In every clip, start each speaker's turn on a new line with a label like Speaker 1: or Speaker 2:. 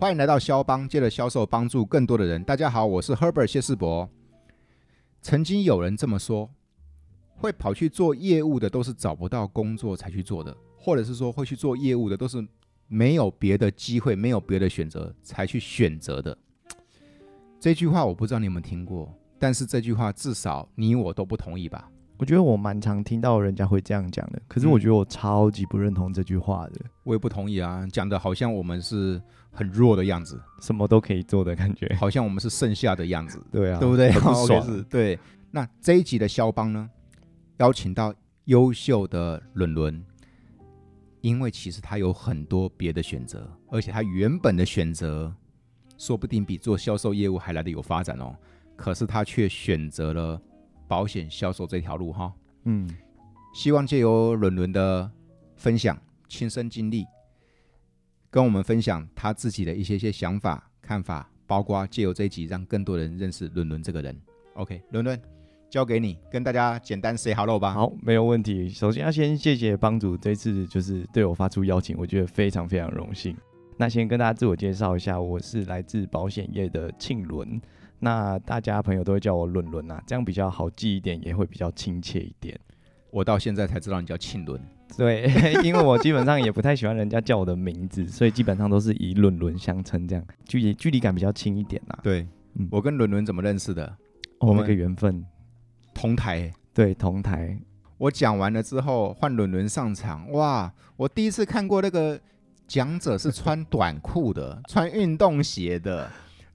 Speaker 1: 欢迎来到肖邦，借着销售帮助更多的人。大家好，我是 Herbert 谢世博。曾经有人这么说：会跑去做业务的都是找不到工作才去做的，或者是说会去做业务的都是没有别的机会、没有别的选择才去选择的。这句话我不知道你有没有听过，但是这句话至少你我都不同意吧？
Speaker 2: 我觉得我蛮常听到人家会这样讲的，可是我觉得我超级不认同这句话的，
Speaker 1: 我也不同意啊，讲的好像我们是很弱的样子，
Speaker 2: 什么都可以做的感觉。
Speaker 1: 好像我们是剩下的样子。
Speaker 2: 对啊，
Speaker 1: 对不对？哦
Speaker 2: 很不
Speaker 1: OK，
Speaker 2: 爽
Speaker 1: 是对。那这一集的肖邦呢，邀请到优秀的伦伦，因为其实他有很多别的选择，而且他原本的选择说不定比做销售业务还来的有发展哦。可是他却选择了保险销售这条路哈、
Speaker 2: 嗯，
Speaker 1: 希望借由伦伦的分享亲身经历，跟我们分享他自己的一些些想法、看法，包括借由这一集让更多人认识伦伦这个人。OK，伦伦交给你，跟大家简单 say hello 吧。，
Speaker 2: 好，没有问题。首先要先谢谢帮主这次就是对我发出邀请，我觉得非常非常荣幸。那先跟大家自我介绍一下，我是来自保险业的庆伦，那大家朋友都会叫我伦伦啊，这样比较好记一点，也会比较亲切一点。
Speaker 1: 我到现在才知道你叫庆伦，
Speaker 2: 对，因为我基本上也不太喜欢人家叫我的名字，所以基本上都是以伦伦相称，这样距离距离感比较轻一点啦、
Speaker 1: 对、
Speaker 2: 嗯
Speaker 1: 我跟伦伦怎么认识的？
Speaker 2: 我
Speaker 1: 们
Speaker 2: 们个缘分，
Speaker 1: 同台欸。
Speaker 2: 对，同台，
Speaker 1: 我讲完了之后，换伦伦上场，哇！我第一次看过那个讲者是穿短裤的， 穿运动鞋的，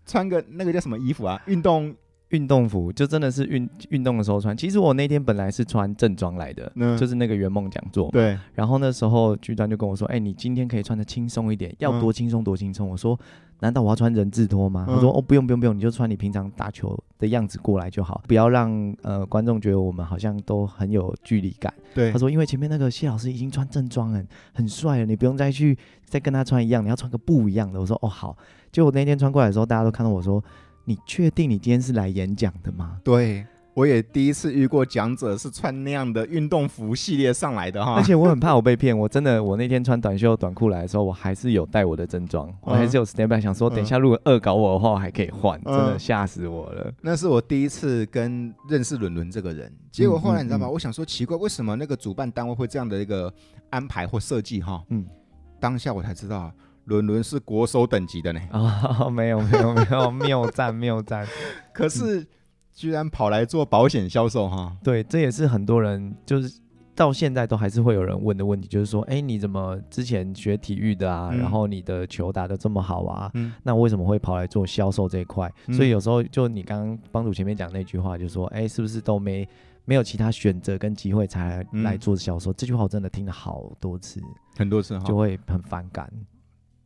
Speaker 1: 穿个那个叫什么衣服啊？运动
Speaker 2: 运动服就真的是运运动的时候穿。其实我那天本来是穿正装来的，
Speaker 1: 嗯
Speaker 2: 就是那个圆梦讲座。
Speaker 1: 对，
Speaker 2: 然后那时候剧团就跟我说：“哎、你今天可以穿的轻松一点，要多轻松多轻松。我说：“难道我要穿人字拖吗？”
Speaker 1: 嗯
Speaker 2: 他说：“哦，不用不用不用，你就穿你平常打球的样子过来就好，不要让呃观众觉得我们好像都很有距离感。”
Speaker 1: 对
Speaker 2: 他说：“因为前面那个谢老师已经穿正装了，很帅了，你不用再去再跟他穿一样，你要穿个不一样的。”我说：“哦，好。”结果那天穿过来的时候，大家都看到我说：“你确定你今天是来演讲的吗？”
Speaker 1: 对，我也第一次遇过讲者是穿那样的运动服系列上来的
Speaker 2: 而
Speaker 1: 哈。
Speaker 2: 且我很怕我被骗，我真的，我那天穿短袖短裤来的时候，我还是有带我的正装，我还是 有 stand by，想说
Speaker 1: 嗯
Speaker 2: 等一下如果恶搞我的话，我还可以换，真的
Speaker 1: 嗯
Speaker 2: 吓死我了。
Speaker 1: 那是我第一次跟认识伦伦这个人，结果后来你知道吗？
Speaker 2: 嗯嗯
Speaker 1: 我想说奇怪，为什么那个主办单位会这样的一个安排或设计哈？
Speaker 2: 嗯，
Speaker 1: 当下我才知道伦伦是国手等级的呢。
Speaker 2: 啊、没有没有没有，谬赞谬赞。
Speaker 1: 可是居然跑来做保险销售哈。
Speaker 2: 对，这也是很多人就是到现在都还是会有人问的问题，就是说，哎，你怎么之前学体育的啊，
Speaker 1: 嗯
Speaker 2: 然后你的球打得这么好啊？
Speaker 1: 嗯，
Speaker 2: 那为什么会跑来做销售这一块？
Speaker 1: 嗯
Speaker 2: 所以有时候就你刚刚帮主前面讲那句话，就说，哎，是不是都没没有其他选择跟机会才来,、
Speaker 1: 嗯
Speaker 2: 来做销售？这句话我真的听了好多次，
Speaker 1: 很多次哈。
Speaker 2: 就会很反感。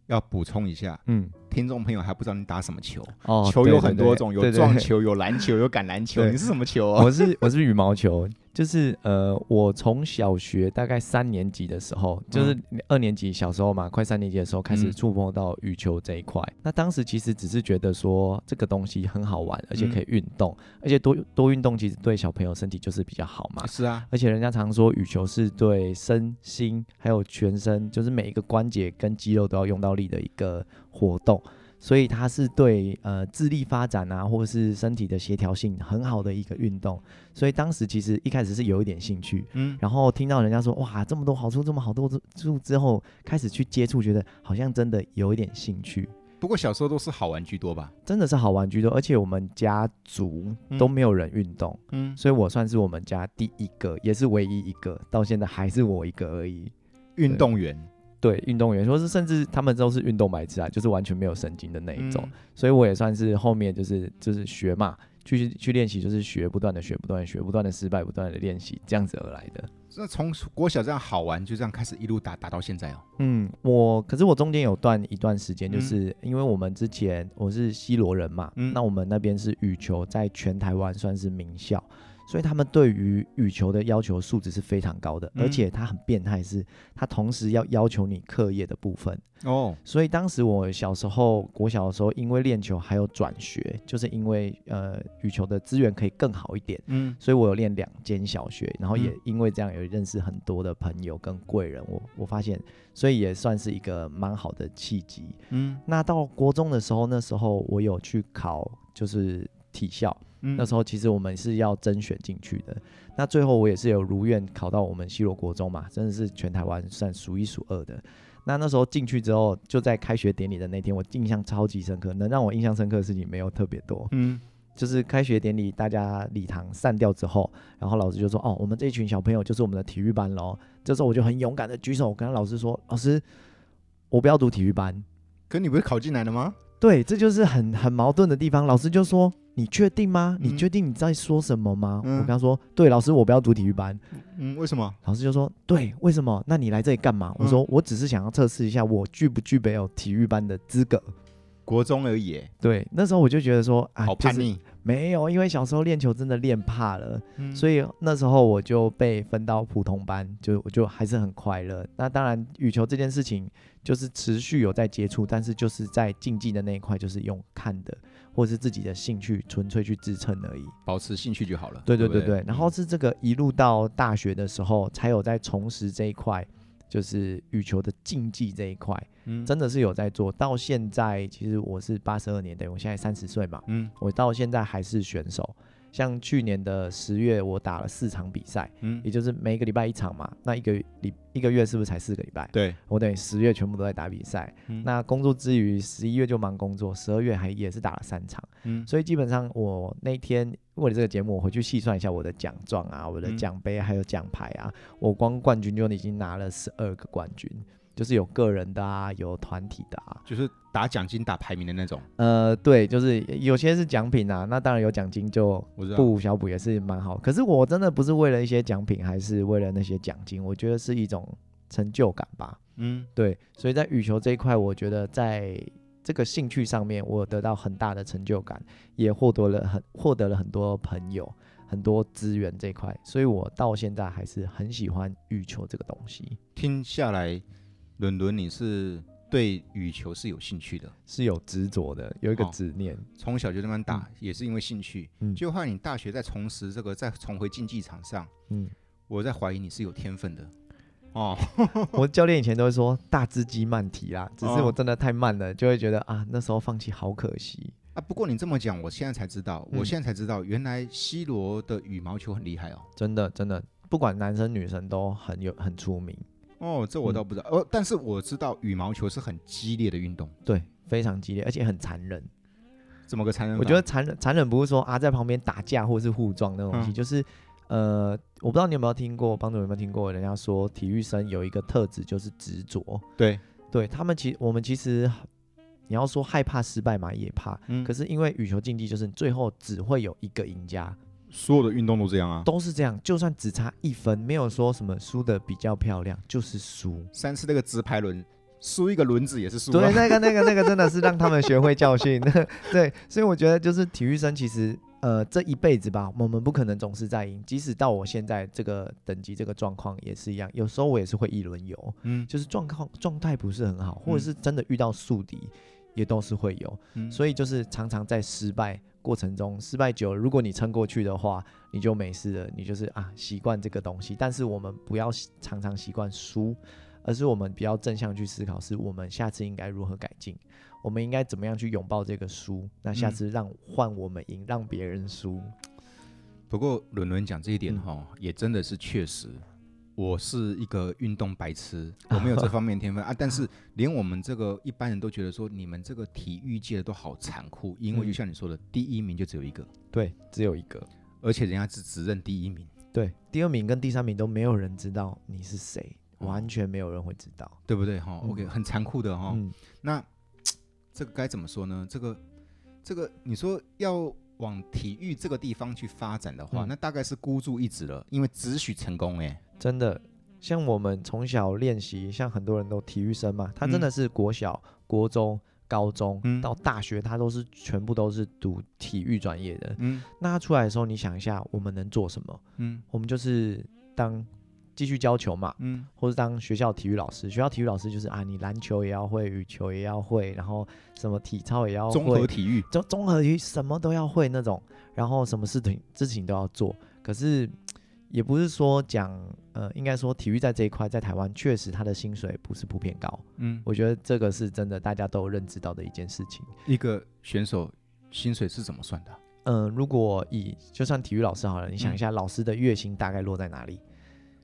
Speaker 1: 要补充一下，
Speaker 2: 嗯，
Speaker 1: 听众朋友还不知道你打什么球，
Speaker 2: 哦，
Speaker 1: 球有
Speaker 2: 对
Speaker 1: 很多种，有撞。球，有篮球，有橄榄球。
Speaker 2: 对
Speaker 1: 你是什么球
Speaker 2: 对对对
Speaker 1: 啊？
Speaker 2: 我是我是羽毛球，就是呃，我从小学大概三年级的时候，就是二年级小时候嘛，快三年级的时候开始
Speaker 1: 嗯
Speaker 2: 触碰到羽球这一块。那当时其实只是觉得说这个东西很好玩，而且
Speaker 1: 嗯
Speaker 2: 可以运动，而且多多运动其实对小朋友身体就是比较好嘛。
Speaker 1: 是啊，
Speaker 2: 而且人家常说羽球是对身心还有全身，就是每一个关节跟肌肉都要用到力的一个活动，所以它是对呃智力发展啊，或是身体的协调性很好的一个运动。所以当时其实一开始是有一点兴趣，
Speaker 1: 嗯，
Speaker 2: 然后听到人家说哇这么多好处，这么好多处之后，开始去接触，觉得好像真的有一点兴趣。
Speaker 1: 不过小时候都是好玩居多吧？
Speaker 2: 真的是好玩居多，而且我们家族都
Speaker 1: 嗯
Speaker 2: 没有人运动，
Speaker 1: 嗯，
Speaker 2: 所以我算是我们家第一个，也是唯一一个，到现在还是我一个而已。
Speaker 1: 运动员
Speaker 2: 对，运动员说是，甚至他们都是运动白痴啊，就是完全没有神经的那一种。
Speaker 1: 嗯
Speaker 2: 所以我也算是后面就是就是学嘛，去去练习，就是学，不断的学，不断的学，不断的失败，不断的练习，这样子而来的。
Speaker 1: 那从国小这样好玩，就这样开始一路打打到现在哦。
Speaker 2: 嗯，我可是我中间有断一段时间，
Speaker 1: 嗯
Speaker 2: 就是、因为我们之前我是西罗人嘛，
Speaker 1: 嗯
Speaker 2: 那我们那边是羽球在全台湾算是名校，所以他们对于羽球的要求素质是非常高的，
Speaker 1: 嗯
Speaker 2: 而且它很变态，是它同时要要求你课业的部分。
Speaker 1: 哦，
Speaker 2: 所以当时我小时候，国小的时候，因为练球还有转学，就是因为呃羽球的资源可以更好一点，
Speaker 1: 嗯，
Speaker 2: 所以我有练两间小学，然后也
Speaker 1: 嗯
Speaker 2: 因为这样有认识很多的朋友跟贵人，我我发现，所以也算是一个蛮好的契机。
Speaker 1: 嗯，
Speaker 2: 那到国中的时候，那时候我有去考就是体校，
Speaker 1: 嗯，
Speaker 2: 那时候其实我们是要甄选进去的，那最后我也是有如愿考到我们西罗国中嘛，真的是全台湾算数一数二的。那那时候进去之后，就在开学典礼的那天，我印象超级深刻，能让我印象深刻的事情没有特别多。
Speaker 1: 嗯，
Speaker 2: 就是开学典礼，大家礼堂散掉之后，然后老师就说：“哦，我们这一群小朋友就是我们的体育班喽。”这时候我就很勇敢的举手，我跟老师说：“老师，我不要读体育班。
Speaker 1: 可你不是考进来的吗？”
Speaker 2: 对，这就是很很矛盾的地方。老师就说：“你确定吗？
Speaker 1: 嗯
Speaker 2: 你确定你在说什么吗？”
Speaker 1: 嗯
Speaker 2: 我跟他说：“对，老师，我不要读体育班。
Speaker 1: 嗯，为什么？”
Speaker 2: 老师就说：“对，为什么？那你来这里干嘛？”
Speaker 1: 嗯
Speaker 2: 我说：“我只是想要测试一下我具不具备有体育班的资格。”
Speaker 1: 国中而已耶，
Speaker 2: 对，那时候我就觉得说：“啊，
Speaker 1: 好
Speaker 2: 就是
Speaker 1: 叛逆，
Speaker 2: 没有，因为小时候练球真的练怕了。”
Speaker 1: 嗯
Speaker 2: 所以那时候我就被分到普通班，就我就还是很快乐。那当然，羽球这件事情就是持续有在接触，但是就是在竞技的那一块，就是用看的或者是自己的兴趣纯粹去支撑而已。
Speaker 1: 保持兴趣就好了。
Speaker 2: 对
Speaker 1: 对嗯
Speaker 2: 对
Speaker 1: 不
Speaker 2: 对对。然后是这个一路到大学的时候，才有在重拾这一块，就是羽球的竞技这一块，
Speaker 1: 嗯，
Speaker 2: 真的是有在做。到现在，其实我是八十二年，等于我现在三十岁嘛，
Speaker 1: 嗯
Speaker 2: 我到现在还是选手。像去年的十月，我打了四场比赛。
Speaker 1: 嗯
Speaker 2: 也，就是每一个礼拜一场嘛，那一个礼一个月是不是才四个礼拜？
Speaker 1: 对，
Speaker 2: 我等于十月全部都在打比赛，
Speaker 1: 嗯
Speaker 2: 那工作之余，十一月就忙工作，十二月还也是打了三场，
Speaker 1: 嗯
Speaker 2: 所以基本上我那天为了这个节目，我回去细算一下我的奖状啊，我的
Speaker 1: 嗯
Speaker 2: 奖杯还有奖牌啊，我光冠军就已经拿了十二个冠军，就是有个人的啊，有团体的啊，
Speaker 1: 就是打奖金打排名的那种，
Speaker 2: 呃，对，就是有些是奖品啊，那当然有奖金就
Speaker 1: 我知道。
Speaker 2: 不无小补也是蛮好。可是我真的不是为了一些奖品，还是为了那些奖金，我觉得是一种成就感吧。
Speaker 1: 嗯
Speaker 2: 对，所以在羽球这一块，我觉得在这个兴趣上面，我有得到很大的成就感，也获得了很获得了很多朋友、很多资源这一块，所以我到现在还是很喜欢羽球这个东西，
Speaker 1: 听下来，伦伦你是对羽球是有兴趣的，
Speaker 2: 是有执着的，有一个
Speaker 1: 哦
Speaker 2: 执念。
Speaker 1: 从小就这么打，也是因为兴趣。
Speaker 2: 嗯
Speaker 1: 就怕你大学再重拾这个，再重回竞技场上，
Speaker 2: 嗯，
Speaker 1: 我在怀疑你是有天分的。哦，
Speaker 2: 我教练以前都会说大只鸡慢提啦，只是
Speaker 1: 哦
Speaker 2: 我真的太慢了，就会觉得啊，那时候放弃好可惜。
Speaker 1: 啊，不过你这么讲，我现在才知道，
Speaker 2: 嗯
Speaker 1: 我现在才知道，原来 C 罗的羽毛球很厉害哦。
Speaker 2: 真的真的，不管男生女生都很有很出名，
Speaker 1: 哦，这我
Speaker 2: 嗯
Speaker 1: 倒不知道。哦，但是我知道羽毛球是很激烈的运动，
Speaker 2: 对，非常激烈，而且很残忍。
Speaker 1: 这么个残忍法？
Speaker 2: 我觉得残忍残忍不是说啊在旁边打架或是互撞那种东西，
Speaker 1: 嗯
Speaker 2: 就是呃，我不知道你有没有听过，帮主有没有听过，人家说体育生有一个特质就是执着，
Speaker 1: 对，
Speaker 2: 对他们其我们其实你要说害怕失败嘛也怕，
Speaker 1: 嗯
Speaker 2: 可是因为羽球竞技就是最后只会有一个赢家，
Speaker 1: 所有的运动都这样啊。
Speaker 2: 都是这样，就算只差一分，没有说什么输的比较漂亮，就是输。
Speaker 1: 三次那个直排轮，输一个轮子也是输、啊。
Speaker 2: 对，那个、那个、那个，真的是让他们学会教训。 对，所以我觉得就是体育生其实，呃，这一辈子吧，我们不可能总是在赢。即使到我现在这个等级、这个状况也是一样，有时候我也是会一轮游，
Speaker 1: 嗯，
Speaker 2: 就是状况状态不是很好，或者
Speaker 1: 嗯
Speaker 2: 是真的遇到宿敌，也都是会有。
Speaker 1: 嗯
Speaker 2: 所以就是常常在失败过程中，失败久了，如果你撑过去的话，你就没事了，你就是啊习惯这个东西。但是我们不要习常常习惯输，而是我们比较正向去思考，是我们下次应该如何改进，我们应该怎么样去拥抱这个输。那下次让换我们赢，让别人输。
Speaker 1: 不过伦伦讲这一点
Speaker 2: 嗯
Speaker 1: 哈、也真的是确实，我是一个运动白 痴，我没有这方面天分啊。但是连我们这个一般人都觉得说，你们这个体育界都好残酷，因为
Speaker 2: 嗯
Speaker 1: 就像你说的，第一名就只有一个，
Speaker 2: 对，只有一个。
Speaker 1: 而且人家只只认第一名，
Speaker 2: 对，第二名跟第三名都没有人知道你是谁，
Speaker 1: 哦
Speaker 2: 完全没有人会知道。
Speaker 1: 对不对哈、
Speaker 2: 嗯
Speaker 1: o k 很残酷的哈、
Speaker 2: 嗯，
Speaker 1: 那这个该怎么说呢？这个这个，你说要往体育这个地方去发展的话，
Speaker 2: 嗯
Speaker 1: 那大概是孤注一掷了，因为只许成功哎、
Speaker 2: 真的，像我们从小练习，像很多人都体育生嘛，他真的是国小、国中、高中、
Speaker 1: 嗯
Speaker 2: 到大学，他都是全部都是读体育专业的。
Speaker 1: 嗯
Speaker 2: 那他出来的时候，你想一下，我们能做什么？
Speaker 1: 嗯
Speaker 2: 我们就是当继续教球嘛，
Speaker 1: 嗯
Speaker 2: 或是当学校体育老师。学校体育老师就是啊，你篮球也要会，羽球也要会，然后什么体操也要会，
Speaker 1: 综合体育，
Speaker 2: 就综合于什么都要会那种，然后什么事情事情都要做。可是也不是说讲，呃，应该说体育在这一块，在台湾确实他的薪水不是普遍高，
Speaker 1: 嗯，
Speaker 2: 我觉得这个是真的，大家都有认知到的一件事情。
Speaker 1: 一个选手薪水是怎么算的啊？
Speaker 2: 嗯、如果以就算体育老师好了，你想一下，老师的月薪大概落在哪里？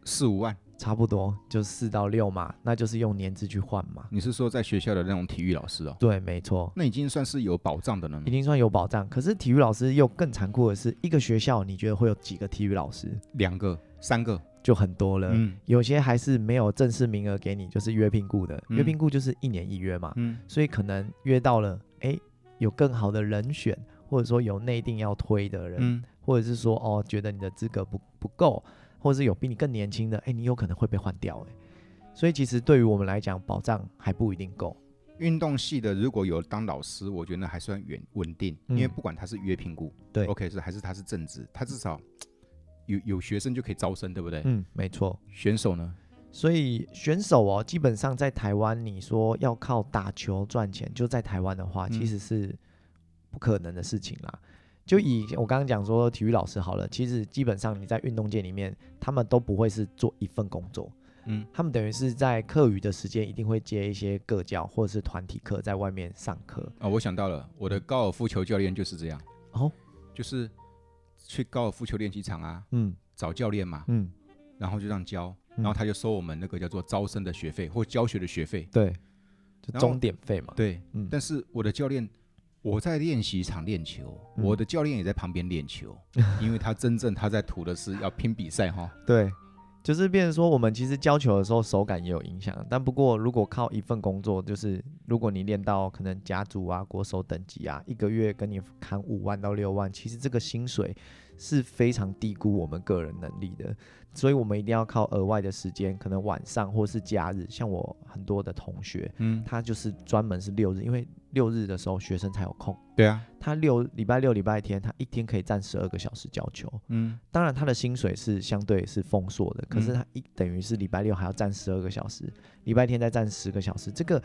Speaker 1: 四五万？
Speaker 2: 差不多就四到六嘛，那就是用年资去换嘛。
Speaker 1: 你是说在学校的那种体育老师哦？
Speaker 2: 对，没错，
Speaker 1: 那已经算是有保障的了呢
Speaker 2: 一，定算有保障。可是体育老师又更残酷的是，一个学校你觉得会有几个体育老师？
Speaker 1: 两个、三个，
Speaker 2: 就很多了。
Speaker 1: 嗯
Speaker 2: 有些还是没有正式名额给你，就是约聘雇的。
Speaker 1: 嗯
Speaker 2: 约聘雇就是一年一约嘛，
Speaker 1: 嗯
Speaker 2: 所以可能约到了，哎，有更好的人选，或者说有内定要推的人，
Speaker 1: 嗯
Speaker 2: 或者是说哦，觉得你的资格不不够，或者是有比你更年轻的，哎，你有可能会被换掉，哎。所以其实对于我们来讲，保障还不一定够。
Speaker 1: 运动系的如果有当老师，我觉得还算稳稳定，
Speaker 2: 嗯
Speaker 1: 因为不管他是约评估，
Speaker 2: 对
Speaker 1: ，OK 是还是他是正职，他至少有有学生就可以招生，对不对？
Speaker 2: 嗯，没错。
Speaker 1: 选手呢？
Speaker 2: 所以选手哦，基本上在台湾，你说要靠打球赚钱，就在台湾的话，
Speaker 1: 嗯
Speaker 2: 其实是不可能的事情啦。就以我刚刚讲说体育老师好了，其实基本上你在运动界里面，他们都不会是做一份工作，
Speaker 1: 嗯
Speaker 2: 他们等于是在课余的时间一定会接一些个教或者是团体课，在外面上课。
Speaker 1: 啊、我想到了，我的高尔夫球教练就是这样，
Speaker 2: 哦，
Speaker 1: 就是去高尔夫球练习场啊，
Speaker 2: 嗯
Speaker 1: 找教练嘛，
Speaker 2: 嗯，
Speaker 1: 然后就这样教，然后他就收我们那个叫做招生的学费或教学的学费。
Speaker 2: 对，就
Speaker 1: 然后
Speaker 2: 终点费嘛。
Speaker 1: 对，
Speaker 2: 嗯
Speaker 1: 但是我的教练，我在练习场练球，
Speaker 2: 嗯
Speaker 1: 我的教练也在旁边练 球，因为他真正他在图的是要拼比赛哈。
Speaker 2: 对，就是变成说，我们其实教球的时候手感也有影响，但不过如果靠一份工作，就是如果你练到可能甲组啊、国手等级啊，一个月跟你砍五万到六万，其实这个薪水是非常低估我们个人能力的，所以我们一定要靠额外的时间，可能晚上或是假日，像我很多的同学，
Speaker 1: 嗯，
Speaker 2: 他就是专门是六日，因为六日的时候学生才有空。
Speaker 1: 对啊，
Speaker 2: 他六礼拜六、礼拜天，他一天可以站十二个小时教球。
Speaker 1: 嗯，
Speaker 2: 当然，他的薪水是相对是丰硕的，可是
Speaker 1: 嗯
Speaker 2: 他一等于是礼拜六还要站十二个小时，礼拜天再站十个小时，这个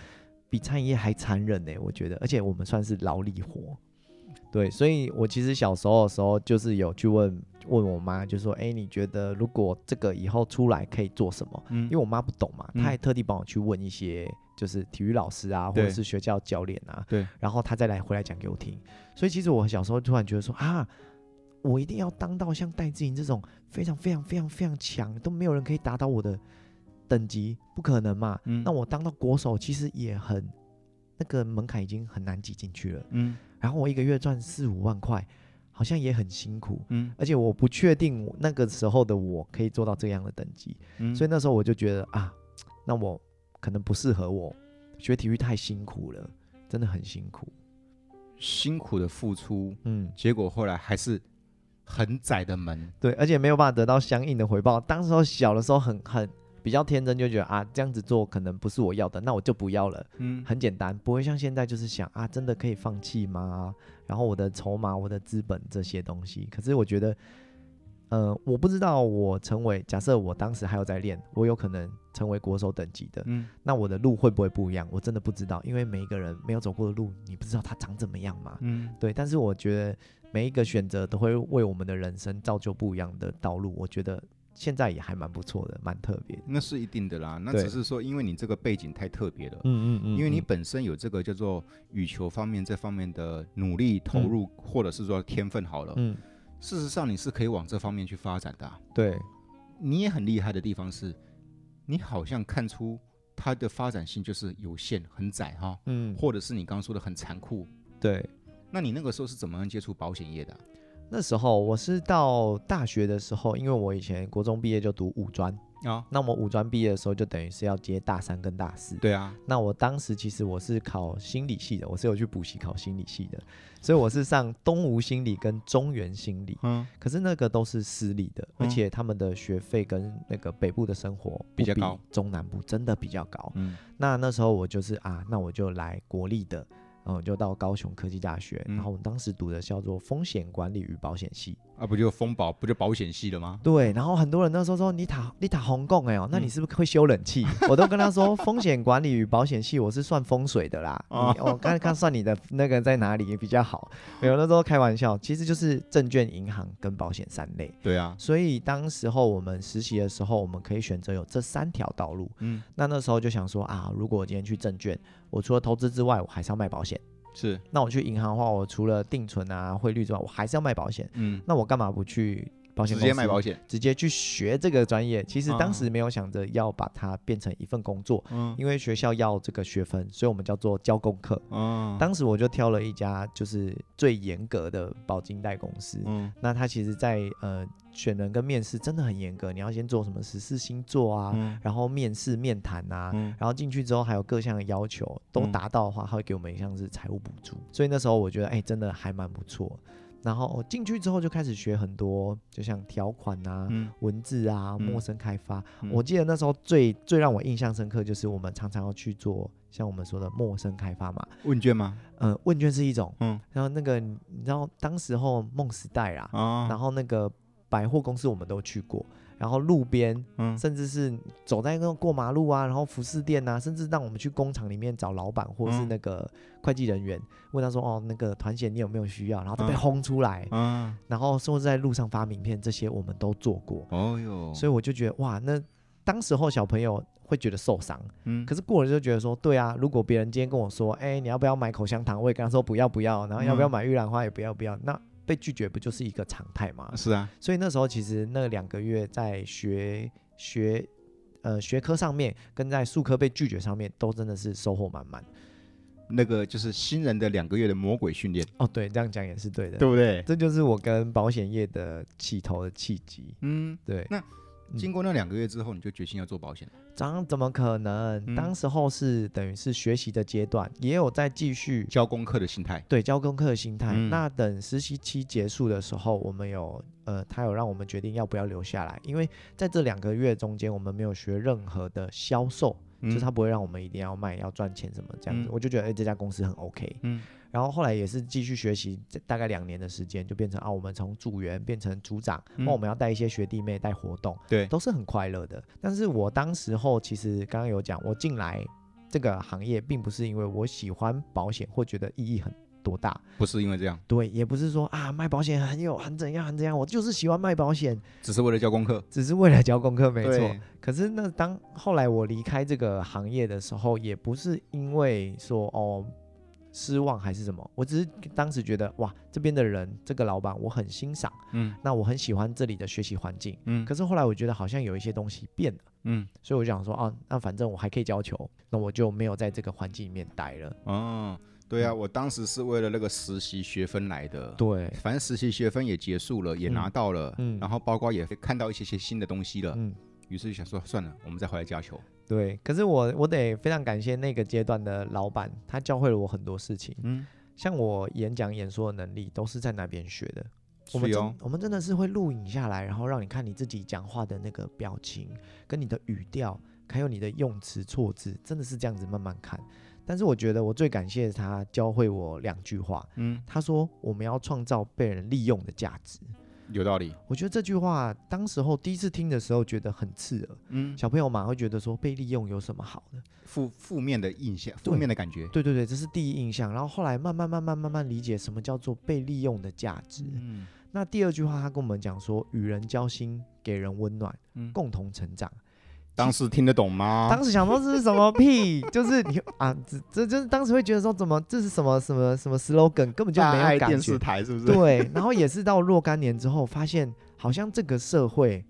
Speaker 2: 比餐饮业还残忍呢、我觉得。而且我们算是劳力活，对，所以我其实小时候的时候就是有去问问我妈，就说：“哎、你觉得如果这个以后出来可以做什么？”
Speaker 1: 嗯
Speaker 2: 因为我妈不懂嘛，
Speaker 1: 嗯
Speaker 2: 她还特地帮我去问一些就是体育老师啊，或
Speaker 1: 对
Speaker 2: 者是学校教练啊，
Speaker 1: 对，
Speaker 2: 然后她再来回来讲给我听。所以其实我小时候突然觉得说啊，我一定要当到像戴志颖这种非常非常非常非常强，都没有人可以达到我的等级，不可能嘛。
Speaker 1: 嗯
Speaker 2: 那我当到国手其实也很那个门槛已经很难挤进去了，
Speaker 1: 嗯
Speaker 2: 然后我一个月赚四五万块，好像也很辛苦。
Speaker 1: 嗯
Speaker 2: 而且我不确定我那个时候的我可以做到这样的等级，
Speaker 1: 嗯，
Speaker 2: 所以
Speaker 1: 以
Speaker 2: 那时候我就觉得啊，那我可能不适合我，学体育太辛苦了，真的很辛苦。
Speaker 1: 辛苦的付出，
Speaker 2: 嗯，
Speaker 1: 结果后来还是很窄的门。
Speaker 2: 对，而且没有办法得到相应的回报。当时候小的时候很很比较天真，就觉得啊，这样子做可能不是我要的，那我就不要了，
Speaker 1: 嗯
Speaker 2: 很简单，不会像现在就是想啊，真的可以放弃吗？然后我的筹码、我的资本这些东西，可是我觉得。呃，我不知道我成为，假设我当时还有在练，我有可能成为国手等级的，
Speaker 1: 嗯
Speaker 2: 那我的路会不会不一样？我真的不知道，因为每一个人没有走过的路，你不知道它长怎么样嘛。
Speaker 1: 嗯，
Speaker 2: 对，但是我觉得每一个选择都会为我们的人生造就不一样的道路。我觉得现在也还蛮不错的，蛮特别的。
Speaker 1: 那是一定的啦。那
Speaker 2: 对
Speaker 1: 只是说，因为你这个背景太特别了。
Speaker 2: 嗯嗯嗯
Speaker 1: 因为你本身有这个叫做羽球方面这方面的努力投入，或者是说天分好了，
Speaker 2: 嗯
Speaker 1: 事实上你是可以往这方面去发展的啊、
Speaker 2: 对
Speaker 1: 你也很厉害的地方是，你好像看出它的发展性就是有限、很窄哈、
Speaker 2: 嗯
Speaker 1: 或者是你刚刚说的很残酷。
Speaker 2: 对。
Speaker 1: 那你那个时候是怎么样接触保险业的啊、
Speaker 2: 那时候我是到大学的时候，因为我以前国中毕业就读五专，
Speaker 1: 啊？
Speaker 2: 那我五专毕业的时候就等于是要接大三跟大四。
Speaker 1: 对啊，
Speaker 2: 那我当时其实我是考心理系的，我是有去补习考心理系的，所以我是上东吴心理跟中原心理，
Speaker 1: 嗯，
Speaker 2: 可是那个都是私立的，而
Speaker 1: 嗯
Speaker 2: 且他们的学费跟那个北部的生活不
Speaker 1: 比较高，
Speaker 2: 中南部真的比较高。
Speaker 1: 嗯
Speaker 2: 那那时候我就是啊，那我就来国立的，然后我就到高雄科技大学，
Speaker 1: 嗯
Speaker 2: 然后我们当时读的叫做风险管理与保险系。
Speaker 1: 啊，不就风保，不就保险系了吗？
Speaker 2: 对，然后很多人那时候说你塔你塔红贡哎哦，那你
Speaker 1: 嗯
Speaker 2: 是不是会修冷气？ 我都跟他说风险管理与保险系我是算风水的啦，
Speaker 1: 哦
Speaker 2: 你我看看算你的那个在哪里比较好。没有那时候开玩笑，其实就是证券、银行跟保险三类。
Speaker 1: 对啊，
Speaker 2: 所以当时候我们实习的时候，我们可以选择有这三条道路。
Speaker 1: 嗯，
Speaker 2: 那那时候就想说啊，如果我今天去证券，我除了投资之外，我还是要卖保险。
Speaker 1: 是，
Speaker 2: 那我去银行的话，我除了定存啊、汇率之外，我还是要卖保险。
Speaker 1: 嗯，
Speaker 2: 那我干嘛不去保险
Speaker 1: 直
Speaker 2: 公
Speaker 1: 接
Speaker 2: 司
Speaker 1: 卖保险，
Speaker 2: 直接去学这个专业？其实
Speaker 1: 啊
Speaker 2: 当时没有想着要把它变成一份工作，
Speaker 1: 嗯
Speaker 2: 因为学校要这个学分，所以我们叫做教功课。
Speaker 1: 嗯，
Speaker 2: 当时我就挑了一家就是最严格的保金贷公司，
Speaker 1: 嗯
Speaker 2: 那他其实在呃选人跟面试真的很严格，你要先做什么十四星座啊，
Speaker 1: 嗯
Speaker 2: 然后面试面谈啊，
Speaker 1: 嗯
Speaker 2: 然后进去之后还有各项的要求都
Speaker 1: 嗯
Speaker 2: 达到的话，他会给我们一项是财务补助。所以那时候我觉得哎、真的还蛮不错。然后进去之后就开始学很多，就像条款啊、
Speaker 1: 嗯
Speaker 2: 文字啊、
Speaker 1: 嗯
Speaker 2: 陌生开发。
Speaker 1: 嗯
Speaker 2: 我记得那时候最最让我印象深刻就是我们常常要去做像我们说的陌生开发嘛，
Speaker 1: 问卷吗？
Speaker 2: 呃，问卷是一种，
Speaker 1: 嗯
Speaker 2: 然后那个你你知道当时候梦时代啦，
Speaker 1: 啊，
Speaker 2: 然后那个百货公司我们都去过，然后路边
Speaker 1: 嗯
Speaker 2: 甚至是走在那个过马路啊，然后服饰店啊，甚至让我们去工厂里面找老板或是
Speaker 1: 嗯
Speaker 2: 那个会计人员，问他说哦那个团险你有没有需要，然后都被
Speaker 1: 嗯
Speaker 2: 轰出来，
Speaker 1: 啊，
Speaker 2: 然后甚至在路上发名片，这些我们都做过，
Speaker 1: 哦哟，
Speaker 2: 所以我就觉得哇，那当时候小朋友会觉得受伤，
Speaker 1: 嗯，
Speaker 2: 可是过了就觉得说对啊，如果别人今天跟我说哎你要不要买口香糖，我也跟他说不要不要，然后要不要
Speaker 1: 嗯
Speaker 2: 买玉兰花也不要不要，那被拒绝不就是一个常态吗？
Speaker 1: 是啊，
Speaker 2: 所以那时候其实那两个月在学学呃学科上面，跟在术科被拒绝上面，都真的是收获满满。
Speaker 1: 那个就是新人的两个月的魔鬼训练，
Speaker 2: 哦，对，这样讲也是对的。
Speaker 1: 对不对？
Speaker 2: 这就是我跟保险业的起头的契机。
Speaker 1: 嗯，
Speaker 2: 对，嗯
Speaker 1: 经过那两个月之后，你就决心要做保险了。
Speaker 2: 当怎么可能？
Speaker 1: 嗯
Speaker 2: 当时候是等于是学习的阶段，也有在继续
Speaker 1: 交功课的心态，
Speaker 2: 对教功课的心态。
Speaker 1: 嗯
Speaker 2: 那等实习期结束的时候，我们有呃，他有让我们决定要不要留下来，因为在这两个月中间，我们没有学任何的销售就是他不会让我们一定要卖、要赚钱什么这样子。
Speaker 1: 嗯
Speaker 2: 我就觉得，哎、这家公司很 OK。
Speaker 1: 嗯
Speaker 2: 然后后来也是继续学习，这大概两年的时间，就变成啊，我们从组员变成组长，那、
Speaker 1: 嗯
Speaker 2: 我们要带一些学弟妹带活动，
Speaker 1: 对
Speaker 2: 都是很快乐的。但是我当时候其实刚刚有讲，我进来这个行业，并不是因为我喜欢保险或觉得意义很多大，
Speaker 1: 不是因为这样，
Speaker 2: 对，也不是说啊卖保险很有很怎样很怎样，我就是喜欢卖保险，
Speaker 1: 只是为了交功课。
Speaker 2: 只是为了交功课，没错。
Speaker 1: 对，
Speaker 2: 可是那当后来我离开这个行业的时候，也不是因为说哦失望还是什么，我只是当时觉得哇，这边的人，这个老板我很欣赏，
Speaker 1: 嗯
Speaker 2: 那我很喜欢这里的学习环境。
Speaker 1: 嗯
Speaker 2: 可是后来我觉得好像有一些东西变了，
Speaker 1: 嗯
Speaker 2: 所以我就想说啊，那反正我还可以教球，那我就没有在这个环境里面待了。
Speaker 1: 哦，对啊，我当时是为了那个实习学分来的。
Speaker 2: 对，
Speaker 1: 反正实习学分也结束了，也拿到了，
Speaker 2: 嗯
Speaker 1: 然后包括也看到一些些新的东西了，
Speaker 2: 嗯。
Speaker 1: 于是就想说算了，我们再回来加球。
Speaker 2: 对，可是我我得非常感谢那个阶段的老板，他教会了我很多事情，
Speaker 1: 嗯，
Speaker 2: 像我演讲演说的能力都是在那边学的。
Speaker 1: 是
Speaker 2: 我们
Speaker 1: 哦
Speaker 2: 真，我们真的是会录影下来，然后让你看你自己讲话的那个表情、跟你的语调，还有你的用词措辞，真的是这样子慢慢看。但是我觉得我最感谢他教会我两句话。
Speaker 1: 嗯，
Speaker 2: 他说：“我们要创造被人利用的价值。
Speaker 1: 有道理。”
Speaker 2: 我觉得这句话当时候第一次听的时候觉得很刺耳，
Speaker 1: 嗯，
Speaker 2: 小朋友嘛会觉得说被利用有什么好的？
Speaker 1: 负负面的印象，
Speaker 2: 对
Speaker 1: 负面的感觉。
Speaker 2: 对对对，这是第一印象。然后后来慢慢慢慢慢慢理解什么叫做被利用的价值。
Speaker 1: 嗯
Speaker 2: 那第二句话，他跟我们讲说，与人交心，给人温暖，
Speaker 1: 嗯，
Speaker 2: 共同成长。
Speaker 1: 当时听得懂吗？
Speaker 2: 当时想说这是 什么屁，就是你啊，这这就是当时会觉得说怎么这是什么什么什么 slogan，根本就
Speaker 1: 大
Speaker 2: 没
Speaker 1: 爱
Speaker 2: 有感
Speaker 1: 电视
Speaker 2: 觉。
Speaker 1: 台是不是？
Speaker 2: 对，然后也是到若干年之后，发现好像这个社会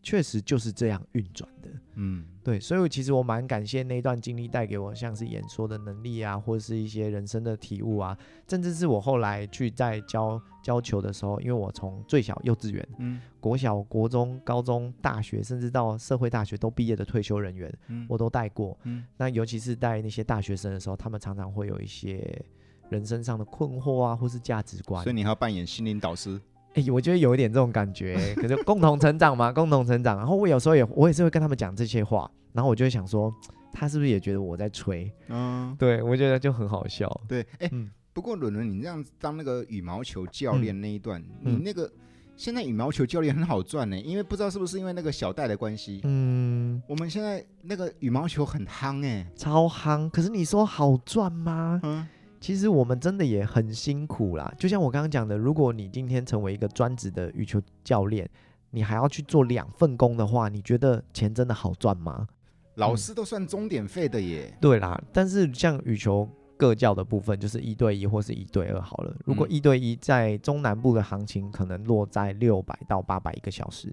Speaker 2: 确实就是这样运转的。
Speaker 1: 嗯，
Speaker 2: 对，所以其实我蛮感谢那一段经历带给我，像是演说的能力啊，或者是一些人生的体悟啊，甚至是我后来去在教教球的时候，因为我从最小幼稚园、
Speaker 1: 嗯
Speaker 2: 国小、国中、高中、大学，甚至到社会大学都毕业的退休人员，
Speaker 1: 嗯
Speaker 2: 我都带过。
Speaker 1: 嗯
Speaker 2: 那尤其是带那些大学生的时候，他们常常会有一些人身上的困惑啊，或是价值观
Speaker 1: 所以。你还要扮演心灵导师。
Speaker 2: 哎、我觉得有一点这种感觉、可是共同成长嘛，共同成长。然后我有时候也我也是会跟他们讲这些话，然后我就会想说，他是不是也觉得我在吹？
Speaker 1: 嗯，
Speaker 2: 对我觉得就很好笑。
Speaker 1: 对，哎、
Speaker 2: 嗯
Speaker 1: 不过伦伦，你这样当那个羽毛球教练那一段，
Speaker 2: 嗯
Speaker 1: 你那个现在羽毛球教练很好赚呢、因为不知道是不是因为那个小戴的关系，
Speaker 2: 嗯，
Speaker 1: 我们现在那个羽毛球很夯哎、
Speaker 2: 超夯。可是你说好赚吗？
Speaker 1: 嗯，
Speaker 2: 其实我们真的也很辛苦啦。就像我刚刚讲的，如果你今天成为一个专职的羽球教练，你还要去做两份工的话，你觉得钱真的好赚吗？
Speaker 1: 老师都算钟点费的耶。
Speaker 2: 对啦，但是像羽球各教的部分，就是一对一或是一对二好了。如果
Speaker 1: 嗯
Speaker 2: 一对一在中南部的行情可能落在六百到八百一个小时。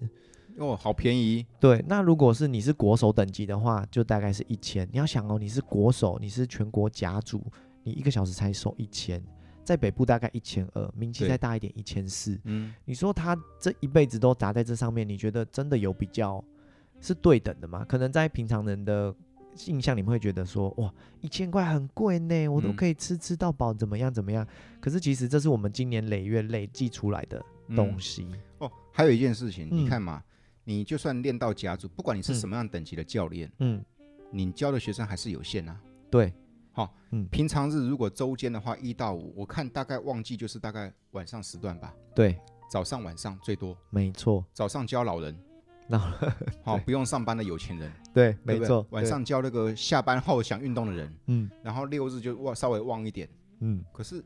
Speaker 1: 哦，好便宜，
Speaker 2: 对，那如果是你是国手等级的话，就大概是一千。你要想哦，你是国手，你是全国甲组，你一个小时才收一千，在北部大概一千二，名气
Speaker 1: 对
Speaker 2: 再大一点一千四。
Speaker 1: 嗯，
Speaker 2: 你说他这一辈子都砸在这上面，你觉得真的有比较是对等的吗？可能在平常人的印象里面会觉得说，哇，一千块很贵呢，我都
Speaker 1: 嗯
Speaker 2: 可以吃吃到饱，怎么样怎么样？可是其实这是我们今年累月累计出来的东西。
Speaker 1: 哦，还有一件事情，
Speaker 2: 嗯
Speaker 1: 你看嘛，你就算练到甲组，不管你是
Speaker 2: 嗯
Speaker 1: 什么样等级的教练，
Speaker 2: 嗯，
Speaker 1: 你教的学生还是有限啊。
Speaker 2: 对，嗯
Speaker 1: 平常日如果周间的话，一到五，我看大概旺季就是大概晚上时段吧，
Speaker 2: 对，
Speaker 1: 早上晚上最多，
Speaker 2: 没错。
Speaker 1: 早上教老人，
Speaker 2: 那
Speaker 1: 好、
Speaker 2: 对
Speaker 1: 不用上班的有钱人，
Speaker 2: 对，
Speaker 1: 对
Speaker 2: 没
Speaker 1: 不对
Speaker 2: 错，
Speaker 1: 晚
Speaker 2: 对，
Speaker 1: 上教那个下班后想运动的人，
Speaker 2: 嗯
Speaker 1: 然后六日就旺稍微旺一点，
Speaker 2: 嗯，
Speaker 1: 可是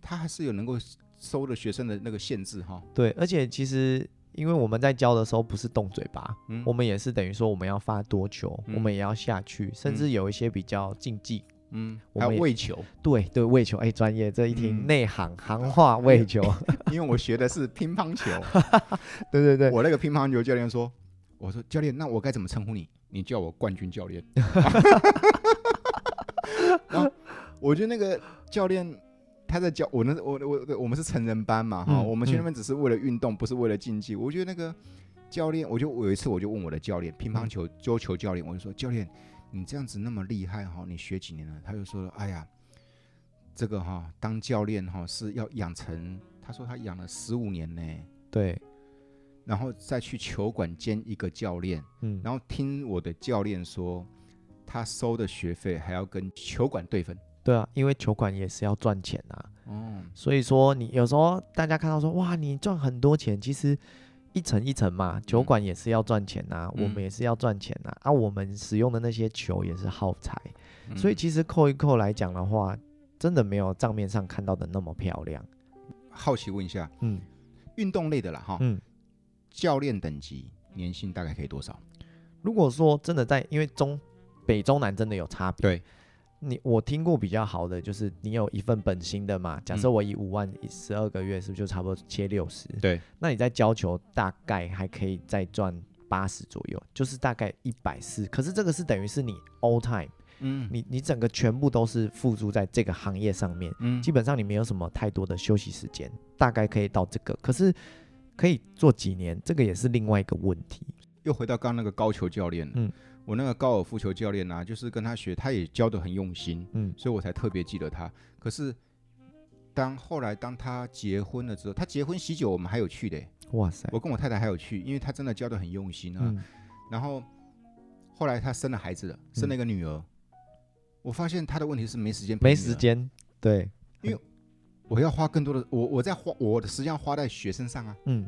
Speaker 1: 他还是有能够收的学生的那个限制哈、
Speaker 2: 对，而且其实因为我们在教的时候不是动嘴巴，
Speaker 1: 嗯
Speaker 2: 我们也是等于说我们要发多球，
Speaker 1: 嗯
Speaker 2: 我们也要下去，甚至有一些比较竞技。
Speaker 1: 嗯，
Speaker 2: 我
Speaker 1: 还
Speaker 2: 们
Speaker 1: 有
Speaker 2: 也
Speaker 1: 喂球，
Speaker 2: 对对，喂球，哎，专业这一听、
Speaker 1: 嗯
Speaker 2: 内行行 话喂球，
Speaker 1: 因为我学的是乒乓球，
Speaker 2: 对对对，
Speaker 1: 我那个乒乓球教练说，我说教练，那我该怎么称呼你？你叫我冠军教练。 然后我觉得那个教练他在教我那我我我们是成人班嘛哈，
Speaker 2: 嗯
Speaker 1: 我们去
Speaker 2: 嗯
Speaker 1: 那边只是为了运动，不是为了竞技。我觉得那个教练，我就我有一次我就问我的教练，乒乓球桌球教练，我就说教练，你这样子那么厉害哈，你学几年了？他就说了，哎呀。这个哈、当教练哈、是要养成，他说他养了十五年呢，
Speaker 2: 对，
Speaker 1: 然后再去球馆兼一个教练，
Speaker 2: 嗯，
Speaker 1: 然后听我的教练说，他收的学费还要跟球馆对分。
Speaker 2: 对啊，因为球馆也是要赚钱啊，
Speaker 1: 哦，
Speaker 2: 所以说你有时候大家看到说哇，你赚很多钱，其实。一层一层嘛，球馆也是要赚钱呐、我们
Speaker 1: 嗯
Speaker 2: 也是要赚钱呐、啊，我们使用的那些球也是耗材，所以其实扣一扣来讲的话，真的没有账面上看到的那么漂亮。
Speaker 1: 好奇问一下，
Speaker 2: 嗯
Speaker 1: 运动类的啦哈，
Speaker 2: 嗯，
Speaker 1: 教练等级年薪大概可以多少？
Speaker 2: 如果说真的在，因为中北中南真的有差别。
Speaker 1: 对，
Speaker 2: 你我听过比较好的就是你有一份本薪的嘛，假
Speaker 1: 嗯
Speaker 2: 设我以五万十二个月，是不是就差不多切六十？
Speaker 1: 对，
Speaker 2: 那你在教球大概还可以再赚八十左右，就是大概一百四。可是这个是等于是你 all time，
Speaker 1: 嗯，
Speaker 2: 你你整个全部都是付诸在这个行业上面。
Speaker 1: 嗯
Speaker 2: 基本上你没有什么太多的休息时间，大概可以到这个。可是可以做几年，这个也是另外一个问题。
Speaker 1: 又回到刚刚那个高球教练，
Speaker 2: 嗯，
Speaker 1: 我那个高尔夫球教练啊，就是跟他学，他也教的很用心，
Speaker 2: 嗯，
Speaker 1: 所以我才特别记得他。可是当后来当他结婚了之后，他结婚喜酒我们还有去的欸、
Speaker 2: 哇塞，
Speaker 1: 我跟我太太还有去，因为他真的教的很用心啊。
Speaker 2: 嗯，
Speaker 1: 然后后来他生了孩子了，生了一个女儿。我发现他的问题是没时间，
Speaker 2: 没时。间，对，
Speaker 1: 我要花更多的，我我在花我的时间要花在学生上啊，
Speaker 2: 嗯，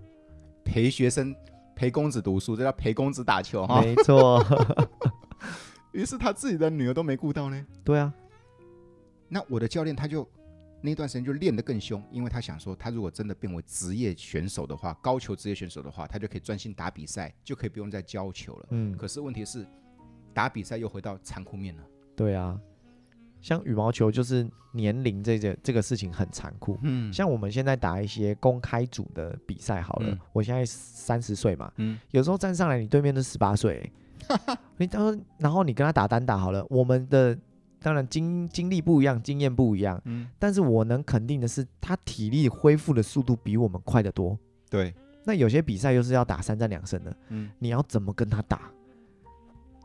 Speaker 1: 陪学生，陪公子读书，这叫陪公子打球哈。
Speaker 2: 没错，
Speaker 1: 于是他自己的女儿都没顾到呢。
Speaker 2: 对啊，
Speaker 1: 那我的教练他就那段时间就练得更凶，因为他想说，他如果真的变为职业选手的话，高球职业选手的话，他就可以专心打比赛，就可以不用再教球了。
Speaker 2: 嗯，
Speaker 1: 可是问题是，打比赛又回到残酷面了。
Speaker 2: 对啊，像羽毛球就是年龄这个这个事情很残酷。
Speaker 1: 嗯
Speaker 2: 像我们现在打一些公开组的比赛好了，
Speaker 1: 嗯
Speaker 2: 我现在三十岁嘛，
Speaker 1: 嗯
Speaker 2: 有时候站上来，你对面都十八岁，欸 你当然后你跟他打单打好了，我们的当然经经历不一样，经验不一样，
Speaker 1: 嗯，
Speaker 2: 但是我能肯定的是，他体力恢复的速度比我们快得多。
Speaker 1: 对，
Speaker 2: 那有些比赛又是要打三战两胜的，
Speaker 1: 嗯
Speaker 2: 你要怎么跟他打？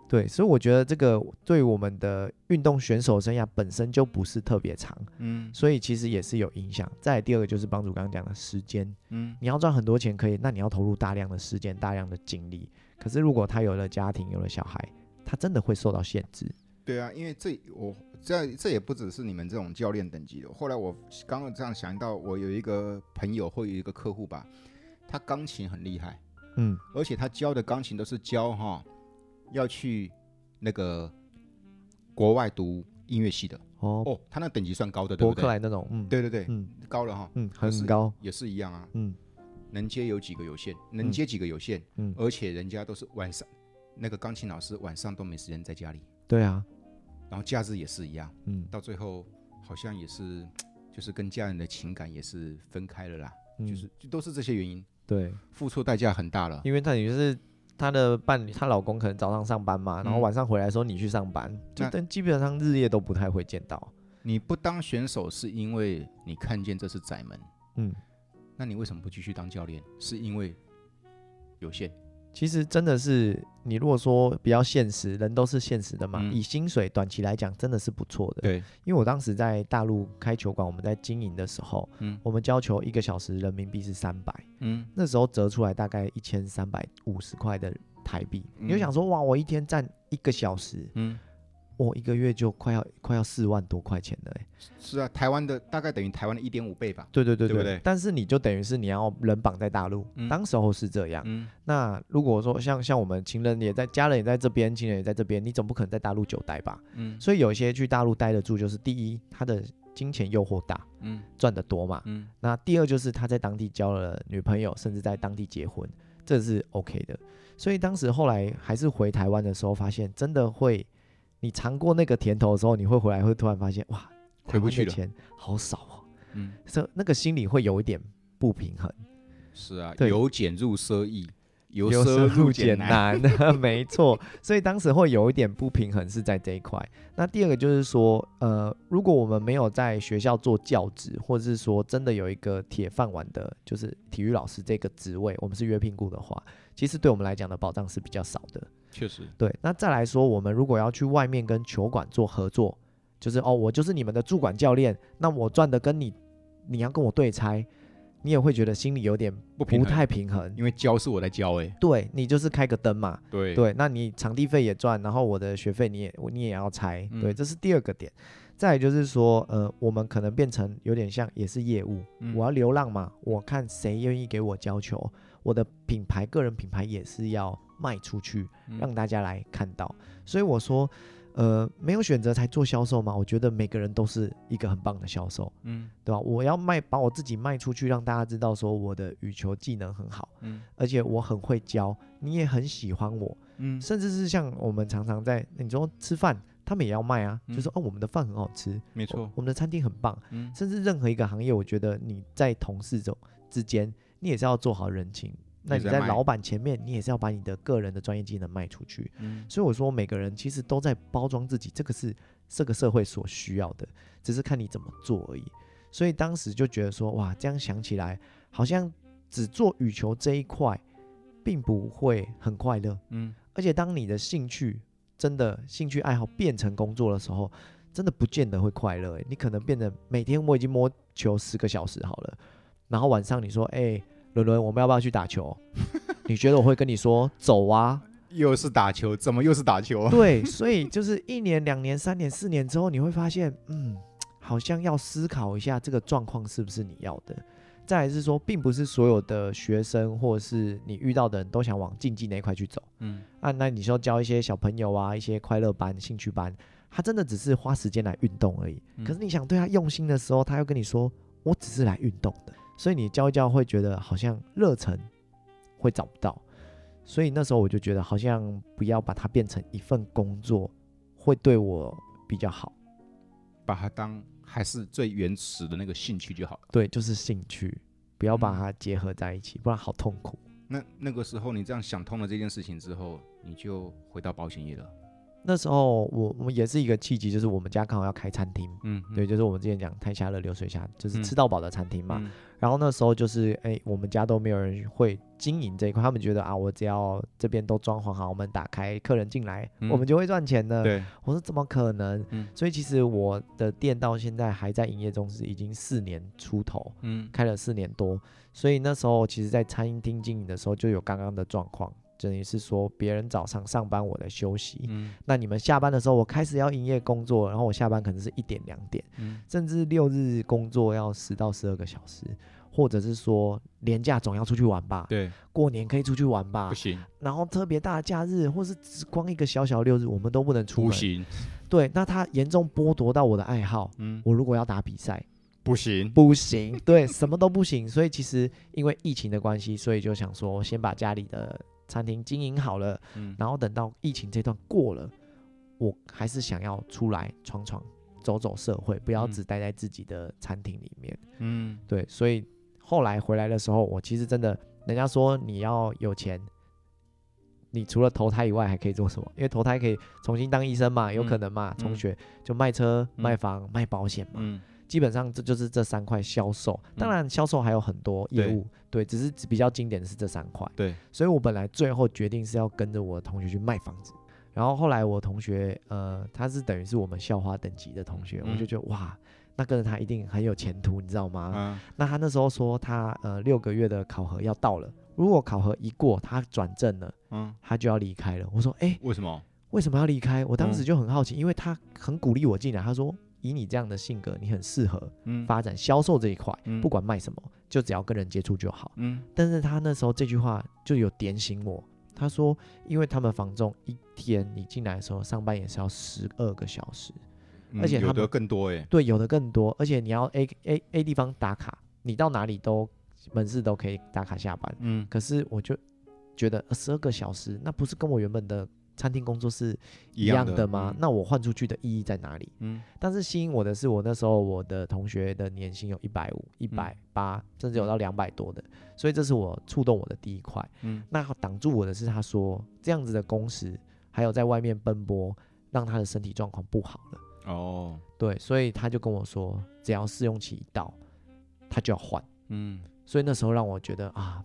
Speaker 2: 对，所以我觉得这个对我们的运动选手生涯本身就不是特别长，
Speaker 1: 嗯
Speaker 2: 所以其实也是有影响。再来第二个就是帮主刚刚讲的时间，
Speaker 1: 嗯
Speaker 2: 你要赚很多钱可以，那你要投入大量的时间、大量的精力。可是如果他有了家庭、有了小孩，他真的会受到限制。
Speaker 1: 对啊，因为这我这这也不只是你们这种教练等级的。后来我刚刚这样想到，我有一个朋友或有一个客户吧，他钢琴很厉害，
Speaker 2: 嗯，
Speaker 1: 而且他教的钢琴都是教哈要去那个国外读音乐系的。
Speaker 2: 哦，
Speaker 1: 哦，他那等级算高的，对
Speaker 2: 伯
Speaker 1: 不
Speaker 2: 克
Speaker 1: 对？
Speaker 2: 莱那种，嗯，，
Speaker 1: 对对对，
Speaker 2: 嗯
Speaker 1: 高了哈，
Speaker 2: 嗯，
Speaker 1: 就是
Speaker 2: 很高，
Speaker 1: 也是一样啊。
Speaker 2: 嗯
Speaker 1: 能接有几个有限，能接几个有限，
Speaker 2: 嗯，
Speaker 1: 而且人家都是晚上，那个钢琴老师晚上都没时间在家里，
Speaker 2: 对啊，
Speaker 1: 然后假日也是一样，
Speaker 2: 嗯
Speaker 1: 到最后好像也是，就是跟家人的情感也是分开了啦，
Speaker 2: 嗯，
Speaker 1: 就是就都是这些原因，
Speaker 2: 对，
Speaker 1: 付出代价很大了。
Speaker 2: 因为她也是她的伴侣，她老公可能早上上班嘛，然后
Speaker 1: 嗯
Speaker 2: 晚上回来的时候你去上班，就
Speaker 1: 那
Speaker 2: 但基本上日夜都不太会见到。
Speaker 1: 你不当选手是因为你看见这是窄门，
Speaker 2: 嗯，
Speaker 1: 那你为什么不继续当教练？是因为有限，
Speaker 2: 其实真的是你如果说比较现实，人都是现实的嘛，
Speaker 1: 嗯
Speaker 2: 以薪水短期来讲真的是不错的。
Speaker 1: 对，
Speaker 2: 因为我当时在大陆开球馆，我们在经营的时候，
Speaker 1: 嗯
Speaker 2: 我们教球一个小时人民币是三百，
Speaker 1: 嗯，
Speaker 2: 那时候折出来大概一千三百五十块的台币。你就
Speaker 1: 嗯
Speaker 2: 想说，哇，我一天站一个小时，
Speaker 1: 嗯，
Speaker 2: 我一个月就快要快要四万多块钱了、欸。
Speaker 1: 是啊，台湾的大概等于台湾的一点五倍吧，
Speaker 2: 对对对
Speaker 1: 对不对
Speaker 2: 但是你就等于是你要人绑在大陆，
Speaker 1: 嗯
Speaker 2: 当时候是这样。
Speaker 1: 嗯，
Speaker 2: 那如果说像像我们情人也在，家人也在这边，情人也在这边，你总不可能在大陆久待吧？
Speaker 1: 嗯
Speaker 2: 所以有一些去大陆待得住，就是第一，他的金钱诱惑大，
Speaker 1: 嗯
Speaker 2: 赚得多嘛。
Speaker 1: 嗯
Speaker 2: 那第二就是他在当地交了女朋友，甚至在当地结婚，这是 OK 的。所以当时后来还是回台湾的时候，发现真的会，你尝过那个甜头的时候，你会回来会突然发现，哇，
Speaker 1: 回不去了
Speaker 2: 台湾的钱好少哦，
Speaker 1: 嗯，
Speaker 2: 这那个心里会有一点不平衡，
Speaker 1: 是啊，
Speaker 2: 对
Speaker 1: 由俭入奢易，由
Speaker 2: 由
Speaker 1: 奢
Speaker 2: 入
Speaker 1: 俭难。
Speaker 2: 难， 没错。所以当时会有一点不平衡是在这一块。那第二个就是说，呃，如果我们没有在学校做教职，或者是说真的有一个铁饭碗的，就是体育老师这个职位，我们是约聘雇的话，其实对我们来讲的保障是比较少的。
Speaker 1: 确实，
Speaker 2: 对，那再来说，我们如果要去外面跟球馆做合作，就是哦，我就是你们的驻馆教练，那我赚的跟你，你要跟我对拆，你也会觉得心里有点
Speaker 1: 不平
Speaker 2: 不
Speaker 1: 衡
Speaker 2: 太平衡。
Speaker 1: 因为教是我在教哎、
Speaker 2: 对你就是开个灯嘛，
Speaker 1: 对
Speaker 2: 对，那你场地费也赚，然后我的学费你也你也要拆，对，
Speaker 1: 嗯
Speaker 2: 这是第二个点。再来就是说，呃，我们可能变成有点像也是业务，
Speaker 1: 嗯
Speaker 2: 我要流浪嘛，我看谁愿意给我教球，我的品牌个人品牌也是要卖出去，
Speaker 1: 嗯
Speaker 2: 让大家来看到。所以我说，呃，没有选择才做销售嘛，我觉得每个人都是一个很棒的销售，
Speaker 1: 嗯
Speaker 2: 对吧？我要卖，把我自己卖出去，让大家知道说我的羽球技能很好，
Speaker 1: 嗯
Speaker 2: 而且我很会教，你也很喜欢我，
Speaker 1: 嗯
Speaker 2: 甚至是像我们常常在你说吃饭，他们也要卖啊，
Speaker 1: 嗯
Speaker 2: 就说哦，我们的饭很好吃，
Speaker 1: 没
Speaker 2: 没
Speaker 1: 错，
Speaker 2: 我们的餐厅很棒，
Speaker 1: 嗯
Speaker 2: 甚至任何一个行业，我觉得你在同事中之间，你也是要做好人情。那
Speaker 1: 也
Speaker 2: 你
Speaker 1: 在
Speaker 2: 在
Speaker 1: 卖
Speaker 2: 老板前面，你也是要把你的个人的专业技能卖出去。
Speaker 1: 嗯
Speaker 2: 所以我说，每个人其实都在包装自己，这个是这个社会所需要的，只是看你怎么做而已。所以当时就觉得说，哇，这样想起来，好像只做羽球这一块，并不会很快乐。
Speaker 1: 嗯，
Speaker 2: 而且当你的兴趣真的兴趣爱好变成工作的时候，真的不见得会快乐欸。你可能变得每天我已经摸球十个小时好了，然后晚上你说，哎、伦伦，我们要不要去打球？你觉得我会跟你说走啊？
Speaker 1: 又是打球，怎么又是打球？
Speaker 2: 对，所以就是一年、两年、三年、四年之后，你会发现，嗯，好像要思考一下这个状况是不是你要的。再来是说，并不是所有的学生或是你遇到的人都想往竞技那一块去走。
Speaker 1: 嗯
Speaker 2: 啊，那你说教一些小朋友啊，一些快乐班、兴趣班，他真的只是花时间来运动而已。
Speaker 1: 嗯
Speaker 2: 可是你想对他用心的时候，他又跟你说：“我只是来运动的。”所以你教一教会觉得好像热忱会找不到。所以那时候我就觉得，好像不要把它变成一份工作，会对我比较好。
Speaker 1: 把它当还是最原始的那个兴趣就好了。
Speaker 2: 对，就是兴趣，不要把
Speaker 1: 嗯
Speaker 2: 它结合在一起，不然好痛苦。
Speaker 1: 那那个时候你这样想通了这件事情之后，你就回到保险业了。
Speaker 2: 那时候我我们也是一个契机，就是我们家刚好要开餐厅，
Speaker 1: 嗯，
Speaker 2: 对，就是我们之前讲太下了流水下，就是
Speaker 1: 嗯
Speaker 2: 吃到饱的餐厅嘛。
Speaker 1: 嗯
Speaker 2: 然后那时候就是，哎、我们家都没有人会经营这一块，他们觉得啊，我只要这边都装潢好，我们打开客人进来，
Speaker 1: 嗯
Speaker 2: 我们就会赚钱的。
Speaker 1: 对，
Speaker 2: 我说怎么可能？
Speaker 1: 嗯
Speaker 2: 所以其实我的店到现在还在营业中，是已经四年出头，
Speaker 1: 嗯
Speaker 2: 开了四年多。所以那时候其实，在餐厅经营的时候就有刚刚的状况，等于是说别人早上上班我在休息，
Speaker 1: 嗯
Speaker 2: 那你们下班的时候我开始要营业工作，然后我下班可能是一点两点，
Speaker 1: 嗯
Speaker 2: 甚至六日工作要十到十二个小时，或者是说年假总要出去玩吧，
Speaker 1: 对，
Speaker 2: 过年可以出去玩吧
Speaker 1: 不，行，
Speaker 2: 然后特别大的假日或是只光一个小小六日我们都不能出
Speaker 1: 不
Speaker 2: 门，
Speaker 1: 行，
Speaker 2: 对，那他严重剥夺到我的爱好。
Speaker 1: 嗯，
Speaker 2: 我如果要打比赛，
Speaker 1: 不行，
Speaker 2: 不行，对，什么都不行。所以其实因为疫情的关系，所以就想说先把家里的餐厅经营好了，
Speaker 1: 嗯，
Speaker 2: 然后等到疫情这段过了，我还是想要出来闯闯、走走社会，不要
Speaker 1: 嗯
Speaker 2: 只待在自己的餐厅里面。
Speaker 1: 嗯，
Speaker 2: 对，所以后来回来的时候，我其实真的，人家说你要有钱。你除了投胎以外还可以做什么？因为投胎可以重新当医生嘛，有可
Speaker 1: 嗯
Speaker 2: 能嘛，
Speaker 1: 嗯
Speaker 2: 重学就卖车、
Speaker 1: 嗯
Speaker 2: 卖房、卖保险嘛。
Speaker 1: 嗯，
Speaker 2: 基本上这就是这三块销售，当
Speaker 1: 嗯
Speaker 2: 然销售还有很多业
Speaker 1: 对
Speaker 2: 务，对，只是比较经典的是这三块。
Speaker 1: 对，
Speaker 2: 所以我本来最后决定是要跟着我的同学去卖房子，然后后来我同学，呃，他是等于是我们校花等级的同学，
Speaker 1: 嗯
Speaker 2: 我就觉得哇，那跟着他一定很有前途，你知道吗？
Speaker 1: 啊，
Speaker 2: 那他那时候说他呃六个月的考核要到了，如果考核一过，他转正了，
Speaker 1: 嗯，
Speaker 2: 他就要离开了。我说哎、
Speaker 1: 为什么？
Speaker 2: 为什么要离开？我当时
Speaker 1: 嗯
Speaker 2: 就很好奇，因为他很鼓励我进来，他说以你这样的性格，你很适合。
Speaker 1: 嗯，
Speaker 2: 发展销售这一块，
Speaker 1: 嗯
Speaker 2: 不管卖什么，就只要跟人接触就好。
Speaker 1: 嗯，
Speaker 2: 但是他那时候这句话就有点醒我，他说，因为他们房仲一天你进来的时候，上班也是要十二个小时，
Speaker 1: 嗯
Speaker 2: 而且
Speaker 1: 有
Speaker 2: 他
Speaker 1: 的
Speaker 2: 们
Speaker 1: 更多哎，
Speaker 2: 对，有的更多，而且你要 A A A 地方打卡，你到哪里都门市都可以打卡下班。
Speaker 1: 嗯，
Speaker 2: 可是我就觉得十二个小时，那不是跟我原本的餐厅工作是一样的嗯吗？那我换出去的意义在哪里？
Speaker 1: 嗯
Speaker 2: 但是吸引我的是，我那时候我的同学的年薪有一百五、一百八，甚至有到两百多的，所以这是我触动我的第一块。
Speaker 1: 嗯
Speaker 2: 那挡住我的是，他说这样子的工时，还有在外面奔波，让他的身体状况不好了。
Speaker 1: 嗯，哦，
Speaker 2: 对，所以他就跟我说，只要试用期一到，他就要换。
Speaker 1: 嗯
Speaker 2: 所以那时候让我觉得啊，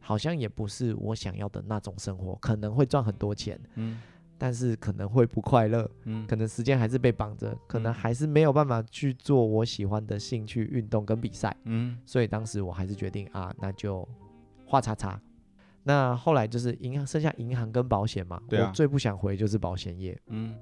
Speaker 2: 好像也不是我想要的那种生活，可能会赚很多钱，
Speaker 1: 嗯
Speaker 2: 但是可能会不快乐。
Speaker 1: 嗯，
Speaker 2: 可能时间还是被绑着，可能
Speaker 1: 嗯
Speaker 2: 还是没有办法去做我喜欢的兴趣、运动跟比赛，
Speaker 1: 嗯
Speaker 2: 所以当时我还是决定啊，那就画叉叉。那后来就是银行剩下银行跟保险嘛，
Speaker 1: 对啊
Speaker 2: 我最不想回就是保险业，
Speaker 1: 嗯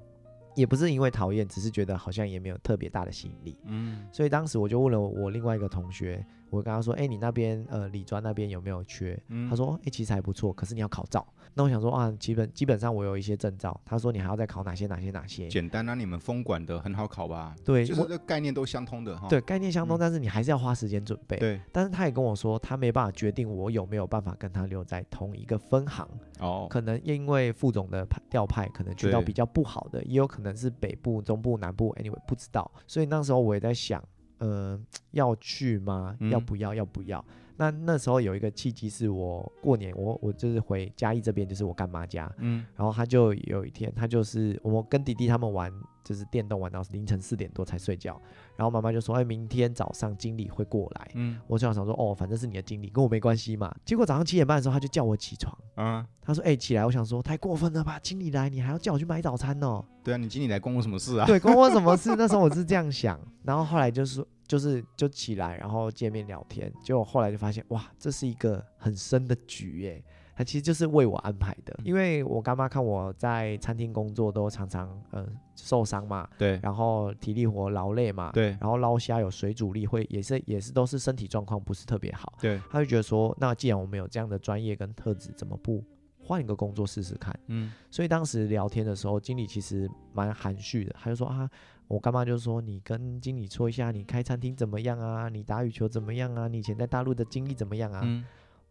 Speaker 2: 也不是因为讨厌，只是觉得好像也没有特别大的吸引力。
Speaker 1: 嗯
Speaker 2: 所以当时我就问了我另外一个同学，我跟他说：“哎、你那边呃理专那边有没有缺？”
Speaker 1: 嗯，
Speaker 2: 他说：“哎、其实还不错，可是你要考照。”那我想说啊，基本基本上我有一些证照。他说：“你还要再考哪些哪些哪些？”
Speaker 1: 简单啊，你们风管的很好考吧？
Speaker 2: 对，
Speaker 1: 就是
Speaker 2: 我
Speaker 1: 这个概念都相通的哈。
Speaker 2: 对，概念相通，
Speaker 1: 嗯
Speaker 2: 但是你还是要花时间准备。
Speaker 1: 对，
Speaker 2: 但是他也跟我说，他没办法决定我有没有办法跟他留在同一个分行，
Speaker 1: 哦，
Speaker 2: 可能因为副总的派调派，可能去到
Speaker 1: 对
Speaker 2: 比较不好的，也有可能是北部、中部、南部，anyway 不知道。所以那时候我也在想，呃，要去吗？要
Speaker 1: 嗯
Speaker 2: 不要？要不要？那那时候有一个契机，是我过年，我我就是回嘉义这边，就是我干妈家，
Speaker 1: 嗯
Speaker 2: 然后他就有一天，他就是我跟弟弟他们玩，就是电动玩到凌晨四点多才睡觉。然后妈妈就说：“哎，明天早上经理会过来。
Speaker 1: 嗯”
Speaker 2: 我就想说：“哦，反正是你的经理，跟我没关系嘛。”结果早上七点半的时候，他就叫我起床。
Speaker 1: 啊，
Speaker 2: 他说：“哎、起来！”我想说太过分了吧，经理来，你还要叫我去买早餐哦？
Speaker 1: 对啊，你经理来关我什么事啊？
Speaker 2: 对，关我什么事？那时候我是这样想。然后后来就是就是就起来，然后见面聊天。结果后来就发现，哇，这是一个很深的局耶。他其实就是为我安排的，因为我干妈看我在餐厅工作都常常呃受伤嘛，
Speaker 1: 对啊
Speaker 2: 然后体力活劳累嘛，
Speaker 1: 对
Speaker 2: 然后捞虾有水煮力会也是也是都是身体状况不是特别好，
Speaker 1: 对，
Speaker 2: 他就觉得说，那既然我们有这样的专业跟特质，怎么不换一个工作试试看？
Speaker 1: 嗯
Speaker 2: 所以当时聊天的时候，经理其实蛮含蓄的，他就说啊，我干妈就说你跟经理说一下，你开餐厅怎么样啊？你打羽球怎么样啊？你以前在大陆的经历怎么样啊？
Speaker 1: 嗯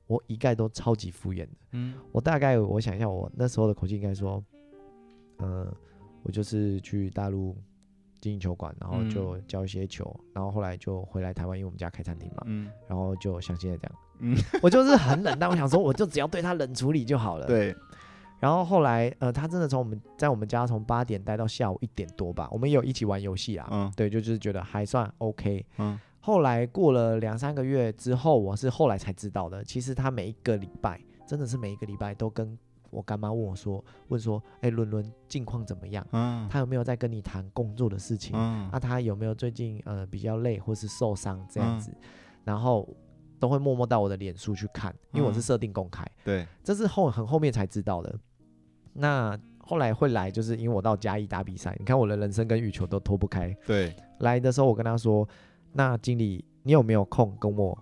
Speaker 2: 我一概都超级敷衍的。
Speaker 1: 嗯
Speaker 2: 我大概我想一下，我那时候的口气应该说，呃，我就是去大陆经营球馆，然后
Speaker 1: 嗯
Speaker 2: 就教一些球，然后后来就回来台湾，因为我们家开餐厅嘛，
Speaker 1: 嗯，
Speaker 2: 然后就像现在这样，
Speaker 1: 嗯
Speaker 2: 我就是很冷淡，我想说我就只要对他冷处理 就好了。
Speaker 1: 对，
Speaker 2: 然后后来，呃，他真的从我们在我们家从八点待到下午一点多吧，我们也有一起玩游戏啊，
Speaker 1: 嗯
Speaker 2: 对，就就是觉得还算 OK。
Speaker 1: 嗯
Speaker 2: 后来过了两三个月之后，我是后来才知道的，其实他每一个礼拜，真的是每一个礼拜都跟我干妈问我说，问说，哎，伦伦近况怎么样？
Speaker 1: 嗯
Speaker 2: 他有没有在跟你谈工作的事情？啊
Speaker 1: 嗯
Speaker 2: 那、他有没有最近呃比较累或是受伤这样
Speaker 1: 嗯
Speaker 2: 子？然后都会默默到我的脸书去看，因为我是
Speaker 1: 嗯
Speaker 2: 设定公开，
Speaker 1: 对，
Speaker 2: 这是后很后面才知道的。那后来会来，就是因为我到嘉义打比赛，你看我的人生跟羽球都脱不开。
Speaker 1: 对，
Speaker 2: 来的时候我跟他说，那经理你有没有空跟我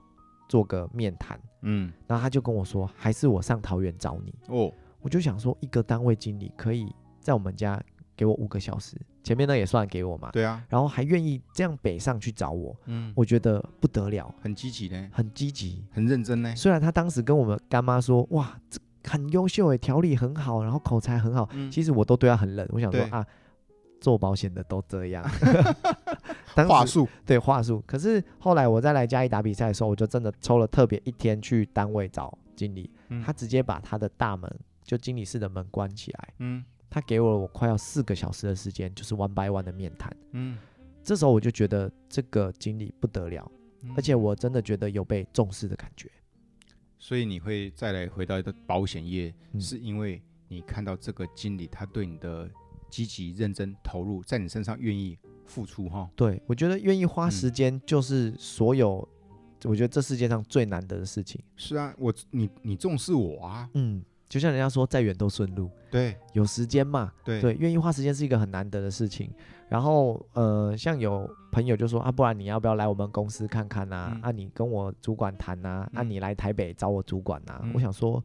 Speaker 2: 做个面谈？
Speaker 1: 嗯，
Speaker 2: 然后他就跟我说，还是我上桃园找你。
Speaker 1: 哦，
Speaker 2: 我就想说，一个单位经理可以在我们家给我五个小时，前面呢也算给我嘛，
Speaker 1: 对啊，
Speaker 2: 然后还愿意这样北上去找我，
Speaker 1: 嗯，
Speaker 2: 我觉得不得了，
Speaker 1: 很积极呢，
Speaker 2: 很积极。
Speaker 1: 很认真呢，
Speaker 2: 虽然他当时跟我们干妈说，哇，这很优秀诶，条理很好，然后口才很好，
Speaker 1: 嗯，
Speaker 2: 其实我都对他很冷，我想说
Speaker 1: 对
Speaker 2: 啊，做保险的都 这样，当
Speaker 1: 话
Speaker 2: 时
Speaker 1: 术，
Speaker 2: 对话术。可是后来我再来嘉义打比赛的时候，我就真的抽了特别一天去单位找经理，
Speaker 1: 嗯
Speaker 2: 他直接把他的大门，就经理室的门关起来。
Speaker 1: 嗯
Speaker 2: 他给我了我快要四个小时的时间，就是 one by one 的面谈。
Speaker 1: 嗯，
Speaker 2: 这时候我就觉得这个经理不得了，
Speaker 1: 嗯
Speaker 2: 而且我真的觉得有被重视的感觉。
Speaker 1: 所以你会再来回到一个保险业，
Speaker 2: 嗯
Speaker 1: 是因为你看到这个经理他对你的积极、认真、投入，在你身上愿意付出哈。
Speaker 2: 对我觉得愿意花
Speaker 1: 嗯
Speaker 2: 时间，就是所有、我觉得这世界上最难得的事情。
Speaker 1: 是啊，我你你重视我啊，
Speaker 2: 嗯，就像人家说，再远都顺路，
Speaker 1: 对
Speaker 2: 有时间嘛，
Speaker 1: 对
Speaker 2: 对，愿意花时间是一个很难得的事情。然后呃，像有朋友就说啊，不然你要不要来我们公司看看呐、啊
Speaker 1: 嗯？
Speaker 2: 你跟我主管谈呐、啊，
Speaker 1: 嗯
Speaker 2: 你来台北找我主管呐、啊
Speaker 1: 嗯
Speaker 2: 我想说，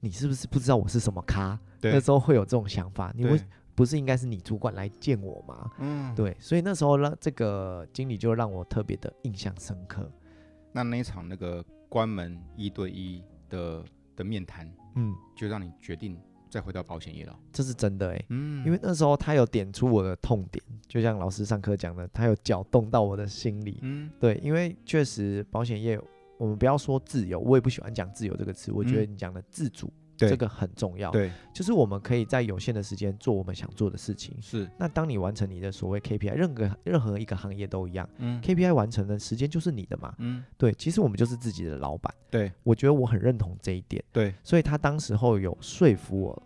Speaker 2: 你是不是不知道我是什么咖？那
Speaker 1: 对，
Speaker 2: 时候会有这种想法，你
Speaker 1: 对
Speaker 2: 为不是应该是你主管来见我吗？
Speaker 1: 嗯，
Speaker 2: 对，所以那时候让这个经理就让我特别的印象深刻。
Speaker 1: 那那一场那个关门一对一的的面谈，
Speaker 2: 嗯，
Speaker 1: 就让你决定再回到保险业了。
Speaker 2: 这是真的哎、
Speaker 1: 嗯
Speaker 2: 因为那时候他有点出我的痛点，就像老师上课讲的，他有搅动到我的心里。
Speaker 1: 嗯
Speaker 2: 对，因为确实保险业，我们不要说自由，我也不喜欢讲自由这个词，我觉得
Speaker 1: 嗯
Speaker 2: 你讲的自主、
Speaker 1: 对
Speaker 2: 这个很重要，
Speaker 1: 对
Speaker 2: 就是我们可以在有限的时间做我们想做的事情。
Speaker 1: 是
Speaker 2: 那当你完成你的所谓 KPI，任何任何一个行业都一样
Speaker 1: 嗯
Speaker 2: ，KPI 完成的时间就是你的嘛。
Speaker 1: 嗯
Speaker 2: 对，其实我们就是自己的老板，
Speaker 1: 对
Speaker 2: 我觉得我很认同这一点，
Speaker 1: 对
Speaker 2: 所以他当时候有说服我，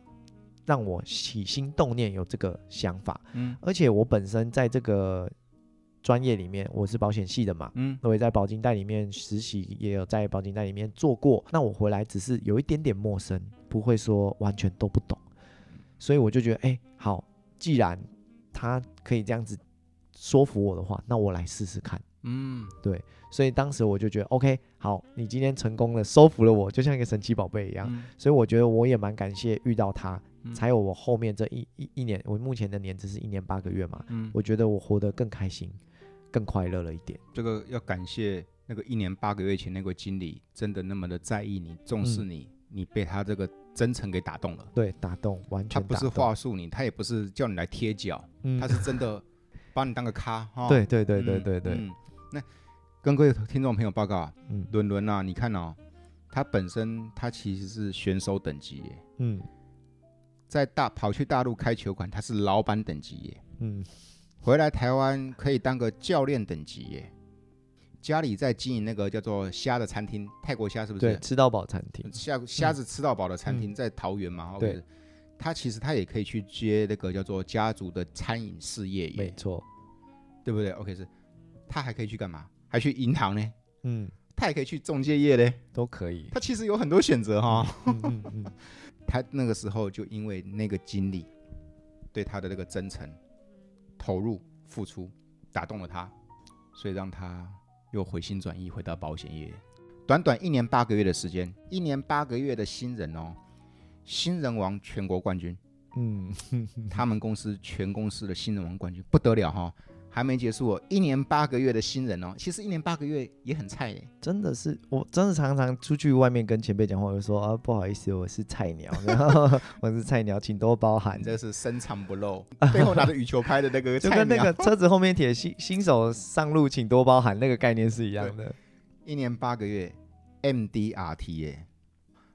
Speaker 2: 让我起心动念有这个想法，
Speaker 1: 嗯
Speaker 2: 而且我本身在这个专业里面，我是保险系的嘛，
Speaker 1: 嗯
Speaker 2: 我也在保金贷里面实习，也有在保金贷里面做过。那我回来只是有一点点陌生，不会说完全都不懂，所以我就觉得，哎、好，既然他可以这样子说服我的话，那我来试试看。
Speaker 1: 嗯
Speaker 2: 所以当时我就觉得，OK，好，你今天成功的收服了我，就像一个神奇宝贝一样。
Speaker 1: 嗯
Speaker 2: 所以我觉得我也蛮感谢遇到他，
Speaker 1: 嗯
Speaker 2: 才有我后面这一一一年，我目前的年资是一年八个月嘛，
Speaker 1: 嗯，
Speaker 2: 我觉得我活得更开心，更快乐了一点。
Speaker 1: 这个要感谢那个一年八个月前那个经理，真的那么的在意你、重视
Speaker 2: 嗯
Speaker 1: 你，你被他这个真诚给打动了。
Speaker 2: 对，打动，完
Speaker 1: 他
Speaker 2: 全
Speaker 1: 不
Speaker 2: 打
Speaker 1: 是
Speaker 2: 动
Speaker 1: 话术你，他也不是叫你来贴脚，
Speaker 2: 嗯
Speaker 1: 他是真的把你当个咖哈。
Speaker 2: 对对对对
Speaker 1: 嗯
Speaker 2: 对对，
Speaker 1: 嗯那跟各位听众朋友报告啊，
Speaker 2: 嗯
Speaker 1: 伦伦啊，你看哦，他本身他其实是选手等级耶，
Speaker 2: 嗯
Speaker 1: 在大跑去大陆开球馆，他是老板等级耶，
Speaker 2: 嗯
Speaker 1: 回来台湾可以当个教练等级耶。家里在经营那个叫做虾的餐厅，泰国虾是不
Speaker 2: 对，
Speaker 1: 是？
Speaker 2: 吃到饱餐厅，
Speaker 1: 虾虾子吃到饱的餐厅在桃园嘛，哦
Speaker 2: 对。
Speaker 1: 不是他其实他也可以去接那个叫做家族的餐饮事业
Speaker 2: 没
Speaker 1: 耶，
Speaker 2: 错，
Speaker 1: 对不对？OK 是，他还可以去干嘛？还去银行呢？
Speaker 2: 嗯，
Speaker 1: 他也可以去中介业嘞。
Speaker 2: 都可 以，
Speaker 1: 他其实有很多选择哈、
Speaker 2: 嗯嗯嗯，
Speaker 1: 他那个时候就因为那个经历，对他的那个真诚、投入、付出，打动了他，所以让他又回心转意，回到保险业。短短一年八个月的时间，一年八个月的新人哦，新人王全国冠军，
Speaker 2: 嗯
Speaker 1: 他们公司全公司的新人王冠军不得了哈、还没结束哦，一年八个月的新人哦，其实一年八个月也很菜嘞。
Speaker 2: 真的是，我真的常常出去外面跟前辈讲话，我就说啊，不好意思，我是 菜鸟，然后我是菜鸟，请多包涵
Speaker 1: 你。这是深藏不 露，背后拿着羽球拍的那个
Speaker 2: 嗯就
Speaker 1: 菜
Speaker 2: 跟那
Speaker 1: 鸟
Speaker 2: 个车子后面铁新新手上路，请多包涵那个概念是一样的。
Speaker 1: 一年八个月，MDRT 耶，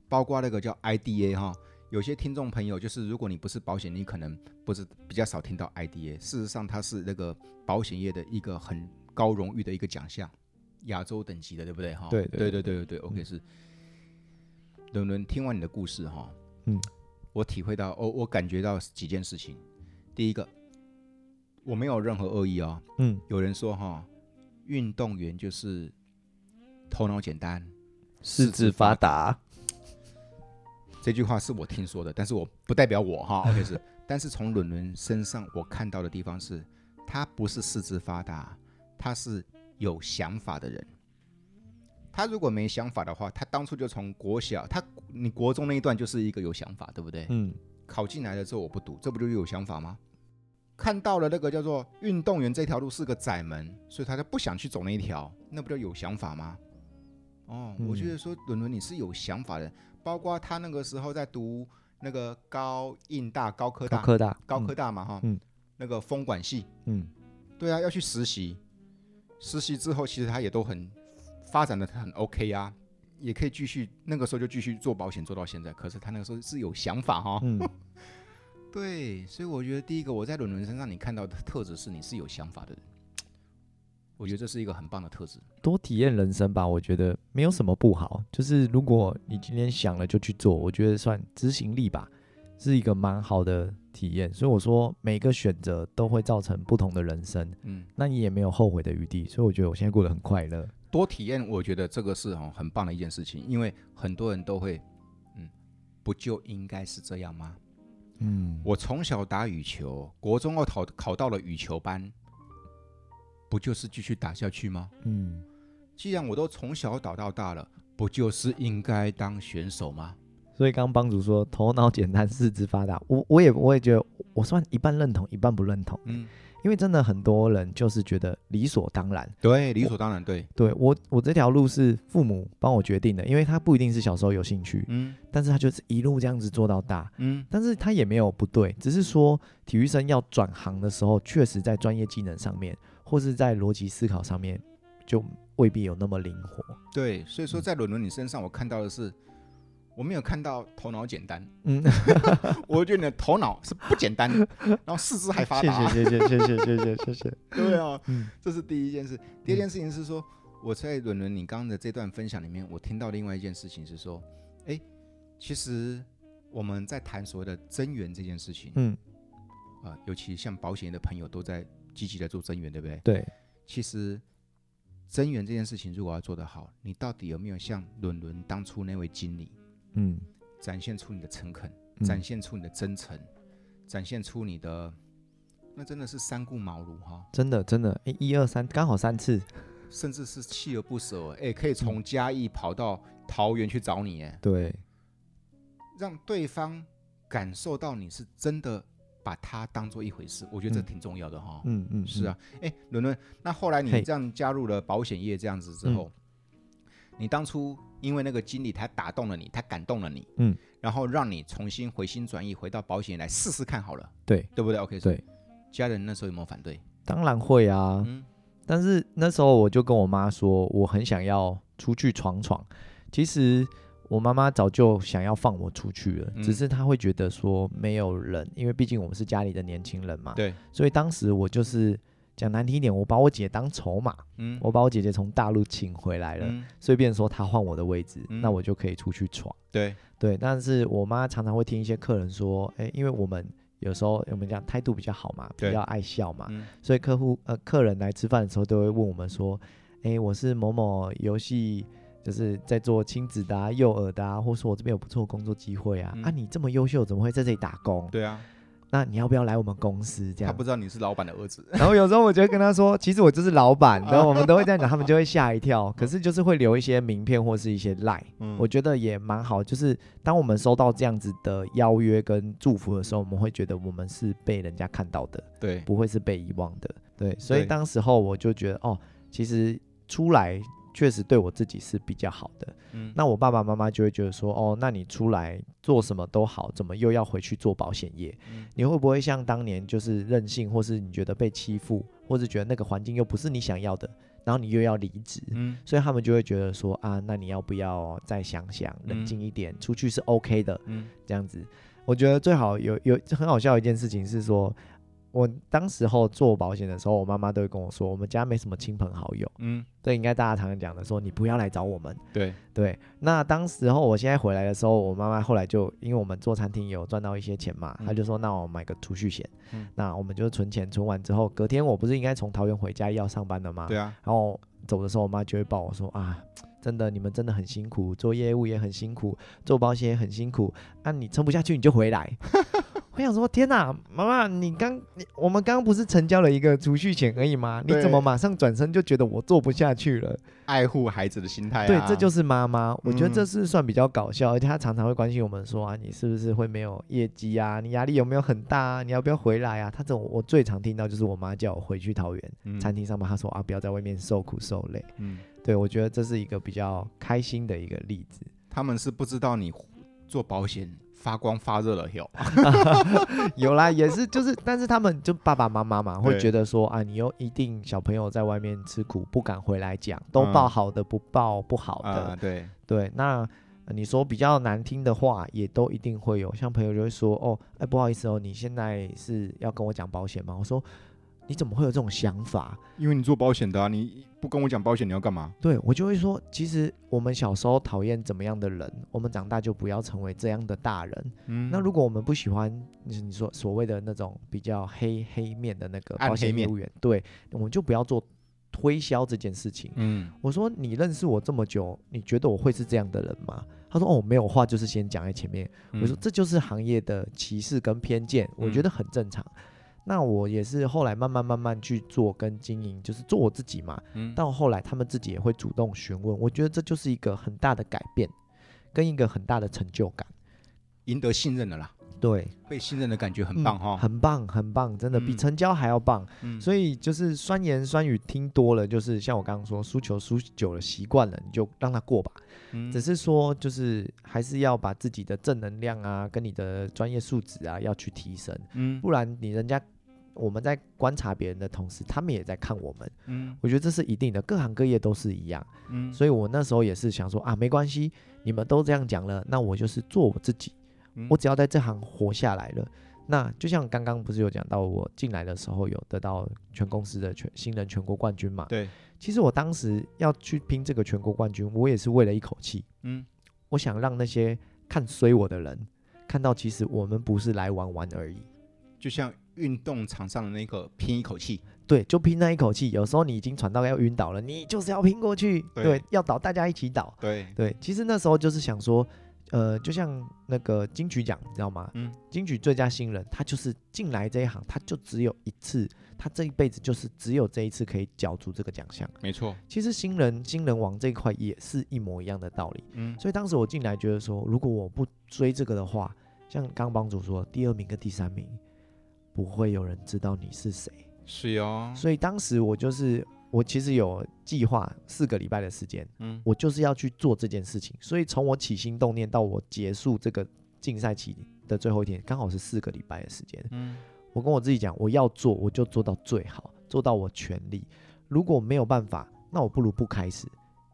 Speaker 1: 包括那个叫 IDA 哈。有些听众朋友就是，如果你不是保险，你可能不是比较少听到 IDA。事实上，它是那个保险业的一个很高荣誉的一个奖项，亚洲等级的，对不对哈？
Speaker 2: 对
Speaker 1: 对
Speaker 2: 对嗯
Speaker 1: 对对对对，OK 是。伦伦，听完你的故事哈，
Speaker 2: 嗯，
Speaker 1: 我体会到，我我感觉到几件事情。第一个，我没有任何恶意哦，
Speaker 2: 嗯，
Speaker 1: 有人说哈，运动员就是头脑简单，
Speaker 2: 四肢发达，
Speaker 1: 这句话是我听说的，但是我不代表我哈，OK 是。但是从伦伦身上我看到的地方是，他不是四肢发达，他是有想法的人。他如果没想法的话，他当初就从国小，他你国中那一段就是一个有想法，对不对？
Speaker 2: 嗯，
Speaker 1: 考进来了之后我不读，这不就是有想法吗？看到了那个叫做运动员这条路是个窄门，所以他就不想去走那一条，那不叫有想法吗？哦，
Speaker 2: 嗯
Speaker 1: 我觉得说伦伦你是有想法的，包括他那个时候在读那个高应大、高科
Speaker 2: 高
Speaker 1: 大、
Speaker 2: 科大，
Speaker 1: 高科
Speaker 2: 嗯
Speaker 1: 大嘛哈，
Speaker 2: 嗯
Speaker 1: 那个风管系，
Speaker 2: 嗯，
Speaker 1: 对啊，要去实习，实习之后其实他也都很发展的很 OK 啊，也可以继续那个时候就继续做保险做到现在，可是他那个时候是有想法哈、
Speaker 2: 嗯，
Speaker 1: 对，所以我觉得第一个，我在伦伦身上你看到的特质是你是有想法的人，我觉得这是一个很棒的特质。
Speaker 2: 多体验人生吧，我觉得没有什么不好。就是如果你今天想了就去做，我觉得算执行力吧，是一个蛮好的体验。所以我说，每个选择都会造成不同的人生，
Speaker 1: 嗯，
Speaker 2: 那你也没有后悔的余地。所以我觉得我现在过得很快乐。
Speaker 1: 多体验，我觉得这个是哦很棒的一件事情，因为很多人都会，嗯，不就应该是这样吗？
Speaker 2: 嗯，
Speaker 1: 我从小打羽球，国中又考考到了羽球班，不就是继续打下去吗？
Speaker 2: 嗯，
Speaker 1: 既然我都从小打到大了，不就是应该当选手吗？
Speaker 2: 所以刚刚帮主说头脑简单，四肢发达，我我也我也觉得我算一半认同，一半不认同，
Speaker 1: 嗯，
Speaker 2: 因为真的很多人就是觉得理所当然。
Speaker 1: 对，理所当然，对，
Speaker 2: 对我，我这条路是父母帮我决定的，因为他不一定是小时候有兴趣，
Speaker 1: 嗯
Speaker 2: 但是他就是一路这样子做到大，
Speaker 1: 嗯，
Speaker 2: 但是他也没有不对，只是说体育生要转行的时候，确实在专业技能上面或是在逻辑思考上面就未必有那么灵活。
Speaker 1: 对，所以
Speaker 2: 嗯
Speaker 1: 说在伦伦你身上，我看到的是，我没有看到头脑简 单，
Speaker 2: 嗯，
Speaker 1: 我觉得你的头脑是不简单 的，然后四肢还发
Speaker 2: 谢
Speaker 1: 达，
Speaker 2: 哎谢谢谢谢谢谢谢 谢谢，
Speaker 1: 对啊，
Speaker 2: 嗯
Speaker 1: 这是第一件事。第二件事情是说，我在伦伦你刚刚的这段分享里面，我听到另外一件事情是说，哎，其实我们在谈所谓的增援这件事情，
Speaker 2: 嗯，
Speaker 1: 啊、尤其像保险业的朋友都在积极的做增援，对不对？
Speaker 2: 对，
Speaker 1: 其实增援这件事情如果要做得好，你到底有没有像伦伦当初那位经理，
Speaker 2: 嗯，
Speaker 1: 展现出你的诚恳，
Speaker 2: 嗯
Speaker 1: 展现出你的真诚，展现出你的，那真的是三顾茅庐哈、
Speaker 2: 真的真的，诶一二三，刚好三次，
Speaker 1: 甚至是锲而不舍，哎，可以从嘉义跑到桃园去找你，哎，
Speaker 2: 对，
Speaker 1: 让对方感受到你是真的把他当做一回事，我觉得这
Speaker 2: 嗯
Speaker 1: 挺重要的哈、
Speaker 2: 嗯嗯，
Speaker 1: 是啊，哎，伦伦，那后来你
Speaker 2: 嘿嗯
Speaker 1: 这样加入了保险业这样子之后，你当初因为那个经理他打动了你，他感动了你，
Speaker 2: 嗯，
Speaker 1: 然后让你重新回心转意回到保险业来试试看好了，
Speaker 2: 对
Speaker 1: 对不对？OK，
Speaker 2: 对，
Speaker 1: 家人那时候有没有反对？
Speaker 2: 嗯，当然会啊，
Speaker 1: 嗯
Speaker 2: 但是那时候我就跟我妈说，我很想要出去闯闯。其实我妈妈早就想要放我出去了，
Speaker 1: 嗯
Speaker 2: 只是她会觉得说没有人，因为毕竟我们是家里的年轻人嘛。
Speaker 1: 对，
Speaker 2: 所以当时我就是讲难听一点，我把我姐当筹码，
Speaker 1: 嗯，
Speaker 2: 我把我姐姐从大陆请回来了，
Speaker 1: 嗯，
Speaker 2: 所以变成说她换我的位置，
Speaker 1: 嗯
Speaker 2: 那我就可以出去闯。
Speaker 1: 对，
Speaker 2: 对，但是我妈常常会听一些客人说，哎、因为我们有时候我们讲态度比较好嘛，比
Speaker 1: 对
Speaker 2: 较爱笑嘛，
Speaker 1: 嗯
Speaker 2: 所以客户呃客人来吃饭的时候都会问我们说，诶，我是某某游戏，就是在做亲子的、啊、幼儿的、啊，或是我这边有不错的工作机会啊，
Speaker 1: 嗯
Speaker 2: 啊你这么优秀，怎么会在这里打工？
Speaker 1: 对啊，
Speaker 2: 那你要不要来我们公司这
Speaker 1: 他
Speaker 2: 样
Speaker 1: 不？知道你是老板的儿子，
Speaker 2: 然后有时候我就会跟他说，其实我就是 老板，然后我们都会这样讲，他们就会吓一跳。可是就是会留一些名片或是一些赖，
Speaker 1: 嗯
Speaker 2: 我觉得也蛮好。就是当我们收到这样子的邀约跟祝福的时候，我们会觉得我们是被人家看到的。
Speaker 1: 对，
Speaker 2: 不会是被遗忘的。对，所以
Speaker 1: 对
Speaker 2: 当时候我就觉得，哦，其实出来确实对我自己是比较好的。
Speaker 1: 嗯
Speaker 2: 那我爸爸妈妈就会觉得说，哦，那你出来做什么都好，怎么又要回去做保险业？
Speaker 1: 嗯
Speaker 2: 你会不会像当年就是任性，或是你觉得被欺负，或是觉得那个环境又不是你想要的，然后你又要离职？
Speaker 1: 嗯
Speaker 2: 所以他们就会觉得说啊，那你要不要再想想，冷
Speaker 1: 嗯
Speaker 2: 静一点，出去是 OK 的。
Speaker 1: 嗯
Speaker 2: 这样子。我觉得最好有有很好笑的一件事情是说，我当时候做保险的时候，我妈妈都会跟我说，我们家没什么亲朋好友，
Speaker 1: 嗯，
Speaker 2: 这应该大家常常讲的说，你不要来找我们。
Speaker 1: 对，
Speaker 2: 对，那当时候我现在回来的时候，我妈妈后来就因为我们做餐厅有赚到一些钱嘛，
Speaker 1: 嗯
Speaker 2: 她就说那我买个储蓄险，
Speaker 1: 嗯
Speaker 2: 那我们就存钱，存完之后，隔天我不是应该从桃园回家要上班的吗？
Speaker 1: 对啊，
Speaker 2: 然后走的时候，我妈就会抱我说啊，真的你们真的很辛苦，做业务也很辛苦，做保险也很辛苦，啊，你撑不下去你就回来。 我想说，天哪，妈妈，你刚你我们刚刚不是成交了一个储蓄险而已吗？你
Speaker 1: 对
Speaker 2: 怎么马上转身就觉得我做不下去了？
Speaker 1: 爱护孩子的心态、啊。
Speaker 2: 对，这就是妈妈。我觉得这
Speaker 1: 嗯
Speaker 2: 是算比较搞笑，而且她常常会关心我们说啊，你是不是会没有业绩啊？你压力有没有很大啊？你要不要回来啊？她这种我最常听到就是我妈叫我回去桃园
Speaker 1: 嗯
Speaker 2: 餐厅上班，她说啊，不要在外面受苦受累。
Speaker 1: 嗯，
Speaker 2: 对我觉得这是一个比较开心的一个例子，
Speaker 1: 他们是不知道你做保险发光发热了哟。
Speaker 2: 有啦，也是就是，但是他们就爸爸妈妈嘛，会
Speaker 1: 对
Speaker 2: 觉得说啊，你又一定小朋友在外面吃苦，不敢回来讲，都
Speaker 1: 嗯
Speaker 2: 报好的不报不好的，
Speaker 1: 啊、对，
Speaker 2: 对，那呃你说比较难听的话，也都一定会有。像朋友就会说：“哦，哎，不好意思哦，你现在是要跟我讲保险吗？”我说：“你怎么会有这种想法
Speaker 1: 因为你做保险的啊，你不跟我讲保险你要干嘛？”
Speaker 2: 对我就会说：“其实我们小时候讨厌怎么样的人，我们长大就不要成为这样的大人。
Speaker 1: 嗯
Speaker 2: 那如果我们不喜欢，就是你说所谓的那种比较黑黑面的那个
Speaker 1: 暗
Speaker 2: 保险
Speaker 1: 黑
Speaker 2: 业
Speaker 1: 面
Speaker 2: 务员，对，我们就不要做推销这件事情。
Speaker 1: 嗯，
Speaker 2: 我说你认识我这么久，你觉得我会是这样的人吗？他说哦，没有话就是先讲在前面。我说
Speaker 1: 嗯
Speaker 2: 这就是行业的歧视跟偏见，我觉
Speaker 1: 嗯
Speaker 2: 得很正常。那我也是后来慢慢慢慢去做跟经营，就是做我自己嘛。
Speaker 1: 嗯
Speaker 2: 到后来他们自己也会主动询问，我觉得这就是一个很大的改变，跟一个很大的成就感。
Speaker 1: 赢得信任了啦，
Speaker 2: 对，
Speaker 1: 被信任的感觉很
Speaker 2: 嗯
Speaker 1: 棒哈。
Speaker 2: 很棒，很棒，真的比
Speaker 1: 嗯
Speaker 2: 成交还要棒。
Speaker 1: 嗯
Speaker 2: 所以就是酸言酸语听多了，就是像我刚刚说，输球输久了习惯了，你就让它过吧。
Speaker 1: 嗯
Speaker 2: 只是说，就是还是要把自己的正能量啊，跟你的专业素质啊，要去提升，
Speaker 1: 嗯
Speaker 2: 不然你人家我们在观察别人的同时，他们也在看我们。
Speaker 1: 嗯
Speaker 2: 我觉得这是一定的，各行各业都是一样。
Speaker 1: 嗯
Speaker 2: 所以我那时候也是想说啊，没关系，你们都这样讲了，那我就是做我自己，
Speaker 1: 嗯
Speaker 2: 我只要在这行活下来了。那就像刚刚不是有讲到，我进来的时候有得到全公司的全新人全国冠军嘛？
Speaker 1: 对，
Speaker 2: 其实我当时要去拼这个全国冠军，我也是为了一口气。
Speaker 1: 嗯
Speaker 2: 我想让那些看衰我的人看到，其实我们不是来玩玩而已。
Speaker 1: 就像运动场上的那个拼一口气，
Speaker 2: 对，就拼那一口气。有时候你已经喘到要晕倒了，你就是要拼过去。
Speaker 1: 对
Speaker 2: 要倒大家一起倒。
Speaker 1: 对，
Speaker 2: 对，其实那时候就是想说，呃，就像那个金曲奖，你知道吗？
Speaker 1: 嗯，
Speaker 2: 金曲最佳新人，他就是进来这一行，他就只有一次，他这一辈子就是只有这一次可以角逐这个奖项。
Speaker 1: 没错，
Speaker 2: 其实新人新人王这一块也是一模一样的道理。
Speaker 1: 嗯
Speaker 2: 所以当时我进来觉得说，如果我不追这个的话，像刚帮主说，第二名跟第三名不会有人知道你是谁。
Speaker 1: 是哦，
Speaker 2: 所以当时我就是我其实有计划四个礼拜的时间，
Speaker 1: 嗯
Speaker 2: 我就是要去做这件事情。所以从我起心动念到我结束这个竞赛期的最后一天，刚好是四个礼拜的时间。
Speaker 1: 嗯
Speaker 2: 我跟我自己讲，我要做我就做到最好，做到我全力。如果没有办法，那我不如不开始，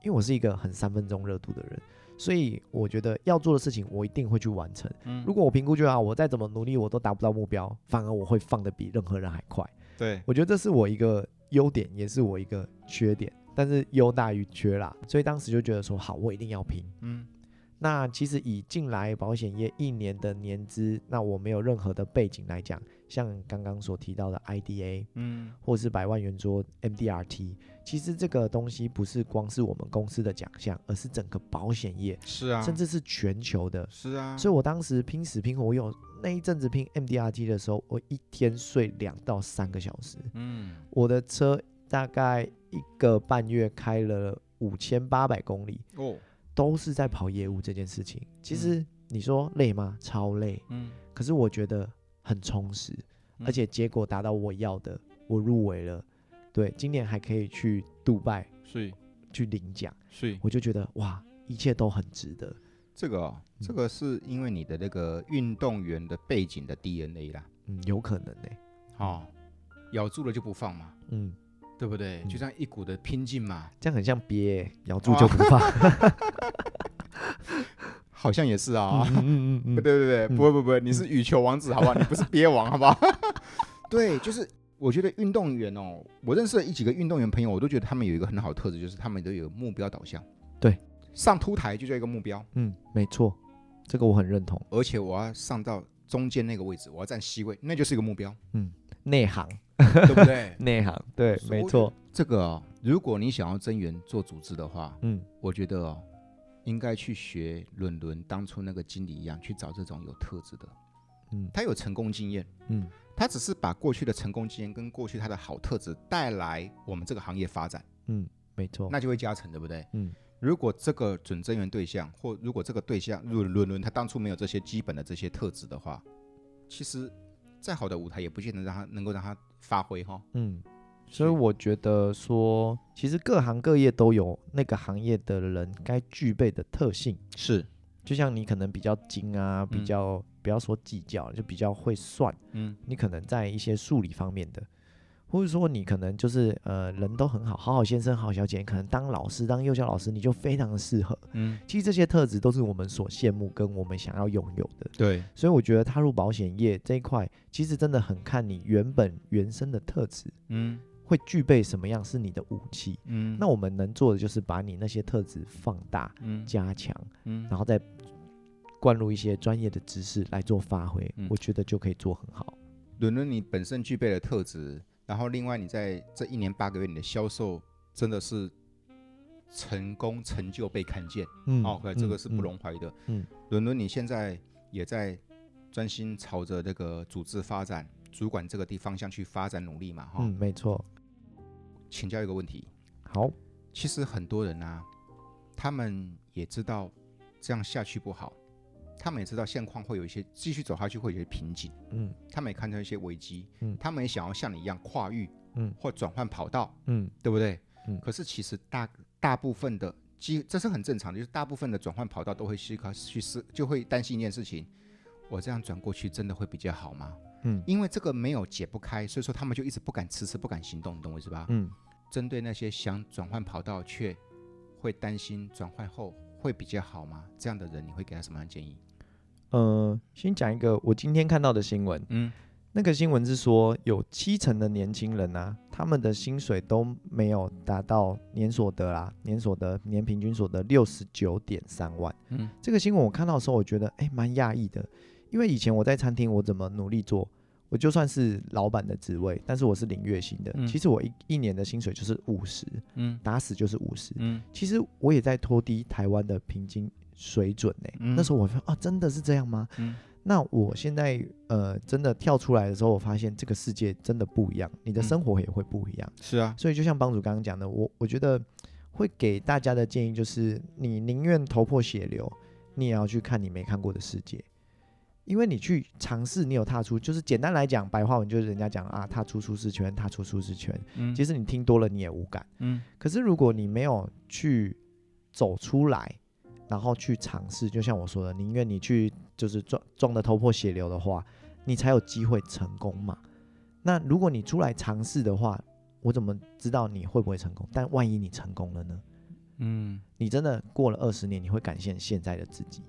Speaker 2: 因为我是一个很三分钟热度的人，所以我觉得要做的事情我一定会去完成。
Speaker 1: 嗯
Speaker 2: 如果我评估觉得啊，我再怎么努力我都达不到目标，反而我会放得比任何人还快。
Speaker 1: 对，
Speaker 2: 我觉得这是我一个优点，也是我一个缺点，但是优大于缺啦，所以当时就觉得说好，我一定要拼。
Speaker 1: 嗯
Speaker 2: 那其实以进来保险业一年的年资，那我没有任何的背景来讲，像刚刚所提到的 IDA
Speaker 1: 嗯
Speaker 2: 或是百万圆桌 MDRT，其实这个东西不是光是我们公司的奖项，而是整个保险业，
Speaker 1: 是啊，
Speaker 2: 甚至是全球的。
Speaker 1: 是啊，
Speaker 2: 所以我当时拼死拼活，我有那一阵子拼 MDRT 的时候，我一天睡两到三个小时，
Speaker 1: 嗯
Speaker 2: 我的车大概一个半月开了五千八百公里，
Speaker 1: 哦
Speaker 2: 都是在跑业务这件事情。其实你说累吗？超累，
Speaker 1: 嗯，
Speaker 2: 可是我觉得很充实，
Speaker 1: 嗯
Speaker 2: 而且结果达到我要的，我入围了。对，今年还可以去杜拜
Speaker 1: 是
Speaker 2: 去领奖，
Speaker 1: 是
Speaker 2: 我就觉得哇，一切都很值得。
Speaker 1: 这个哦，这
Speaker 2: 嗯
Speaker 1: 个是因为你的那个运动员的背景的 DNA 啦，
Speaker 2: 嗯，有可能呢、
Speaker 1: 哦，咬住了就不放嘛，
Speaker 2: 嗯，
Speaker 1: 对不对？
Speaker 2: 嗯
Speaker 1: 就这样一股的拼劲嘛，
Speaker 2: 这样很像憋、咬住就不放。
Speaker 1: 好像也是啊，
Speaker 2: 嗯嗯嗯
Speaker 1: 不
Speaker 2: 嗯
Speaker 1: 对不对，
Speaker 2: 嗯
Speaker 1: 不会不会不会，你是羽球王子好不好？你不是憋王好不好？ 对，就是我觉得运动员哦，我认识了一几个运动员朋友，我都觉得他们有一个很好的特质，就是他们都有目标导向。
Speaker 2: 对，
Speaker 1: 上凸台就叫一个目标，
Speaker 2: 嗯，没错，这个我很认同。
Speaker 1: 而且我要上到中间那个位置，我要站 C 位， 那就是一个目标，
Speaker 2: 内行，
Speaker 1: 对不对？
Speaker 2: 内行，对，
Speaker 1: 所以
Speaker 2: 没
Speaker 1: 我
Speaker 2: 错。
Speaker 1: 这个、哦、如果你想要增援做组织的话，
Speaker 2: 嗯，
Speaker 1: 我觉得哦，应该去学伦伦当初那个经理一样，去找这种有特质的。
Speaker 2: 嗯
Speaker 1: 他有成功经验，
Speaker 2: 嗯
Speaker 1: 他只是把过去的成功经验跟过去他的好特质带来我们这个行业发展，
Speaker 2: 嗯，没错。
Speaker 1: 那就会加成，对不对？
Speaker 2: 嗯
Speaker 1: 如果这个准增援对象，或如果这个对象伦伦伦他当初没有这些基本的这些特质的话，其实再好的舞台也不见得让他能够让他发挥哈、
Speaker 2: 嗯，所以我觉得说，其实各行各业都有那个行业的人该具备的特性。
Speaker 1: 是，
Speaker 2: 就像你可能比较精啊，比
Speaker 1: 嗯
Speaker 2: 较、不要说计较，就比较会算。
Speaker 1: 嗯，
Speaker 2: 你可能在一些数理方面的，或者说你可能就是呃人都很好，好好先生、好好小姐，可能当老师、当幼教老师你就非常的适合。
Speaker 1: 嗯，
Speaker 2: 其实这些特质都是我们所羡慕跟我们想要拥有的，
Speaker 1: 对，
Speaker 2: 所以我觉得踏入保险业这一块，其实真的很看你原本原生的特质
Speaker 1: 嗯
Speaker 2: 会具备什么样是你的武器。
Speaker 1: 嗯
Speaker 2: 那我们能做的就是把你那些特质放大、
Speaker 1: 嗯
Speaker 2: 加强，
Speaker 1: 嗯
Speaker 2: 然后再灌入一些专业的知识来做发挥，
Speaker 1: 嗯
Speaker 2: 我觉得就可以做很好。
Speaker 1: 伦伦你本身具备的特质，然后另外你在这一年八个月你的销售真的是成功成就被看见，
Speaker 2: 嗯
Speaker 1: 哦，对，这个是不
Speaker 2: 容。
Speaker 1: 容怀疑的。
Speaker 2: 嗯，
Speaker 1: 伦伦你现在也在专心朝着这个组织发展、主管这个地方向去发展努力嘛，哈、
Speaker 2: 嗯，没错。
Speaker 1: 请教一个问题，
Speaker 2: 好，
Speaker 1: 其实很多人啊，他们也知道这样下去不好，他们也知道现况会有一些继续走下去会有一些瓶颈。
Speaker 2: 嗯
Speaker 1: 他们也看到一些危机，
Speaker 2: 嗯
Speaker 1: 他们也想要像你一样跨域，
Speaker 2: 嗯，
Speaker 1: 或转换跑道，
Speaker 2: 嗯
Speaker 1: 对不对？
Speaker 2: 嗯
Speaker 1: 可是其实大大部分的基，这是很正常的，就是大部分的转换跑道都会思考去思，就会担心一件事情：我这样转过去真的会比较好吗？
Speaker 2: 嗯
Speaker 1: 因为这个没有解不开，所以说他们就一直不敢迟迟不敢行动，你懂我意思吧？
Speaker 2: 嗯
Speaker 1: 针对那些想转换跑道却会担心转换后会比较好吗？这样的人，你会给他什么样的建议？
Speaker 2: 呃，先讲一个我今天看到的新闻，
Speaker 1: 嗯，
Speaker 2: 那个新闻是说有七成的年轻人啊，他们的薪水都没有达到年所得啦，年所得年平均所得六十九点三万。
Speaker 1: 嗯，
Speaker 2: 这个新闻我看到的时候，我觉得哎蛮讶异的，因为以前我在餐厅，我怎么努力做，我就算是老板的职位，但是我是领月薪的，
Speaker 1: 嗯
Speaker 2: 其实我一一年的薪水就是五十，
Speaker 1: 嗯
Speaker 2: 打死就是五十，
Speaker 1: 嗯
Speaker 2: 其实我也在拖低台湾的平均水准呢、
Speaker 1: 嗯
Speaker 2: 那时候我发现啊，真的是这样吗？
Speaker 1: 嗯
Speaker 2: 那我现在呃，真的跳出来的时候，我发现这个世界真的不一样，你的
Speaker 1: 嗯
Speaker 2: 生活也会不一样。
Speaker 1: 是啊，
Speaker 2: 所以就像帮主刚刚讲的，我我觉得会给大家的建议就是，你宁愿头破血流，你也要去看你没看过的世界，因为你去尝试，你有踏出，就是简单来讲，白话文就是人家讲啊，踏出舒适圈，踏出舒适圈。
Speaker 1: 嗯
Speaker 2: 其实你听多了，你也无感。
Speaker 1: 嗯
Speaker 2: 可是如果你没有去走出来，然后去尝试，就像我说的，宁愿你去就是撞撞得头破血流的话，你才有机会成功嘛。那如果你出来尝试的话，我怎么知道你会不会成功？但万一你成功了呢？
Speaker 1: 嗯。
Speaker 2: 你真的过了二十年，你会感谢现在的自己。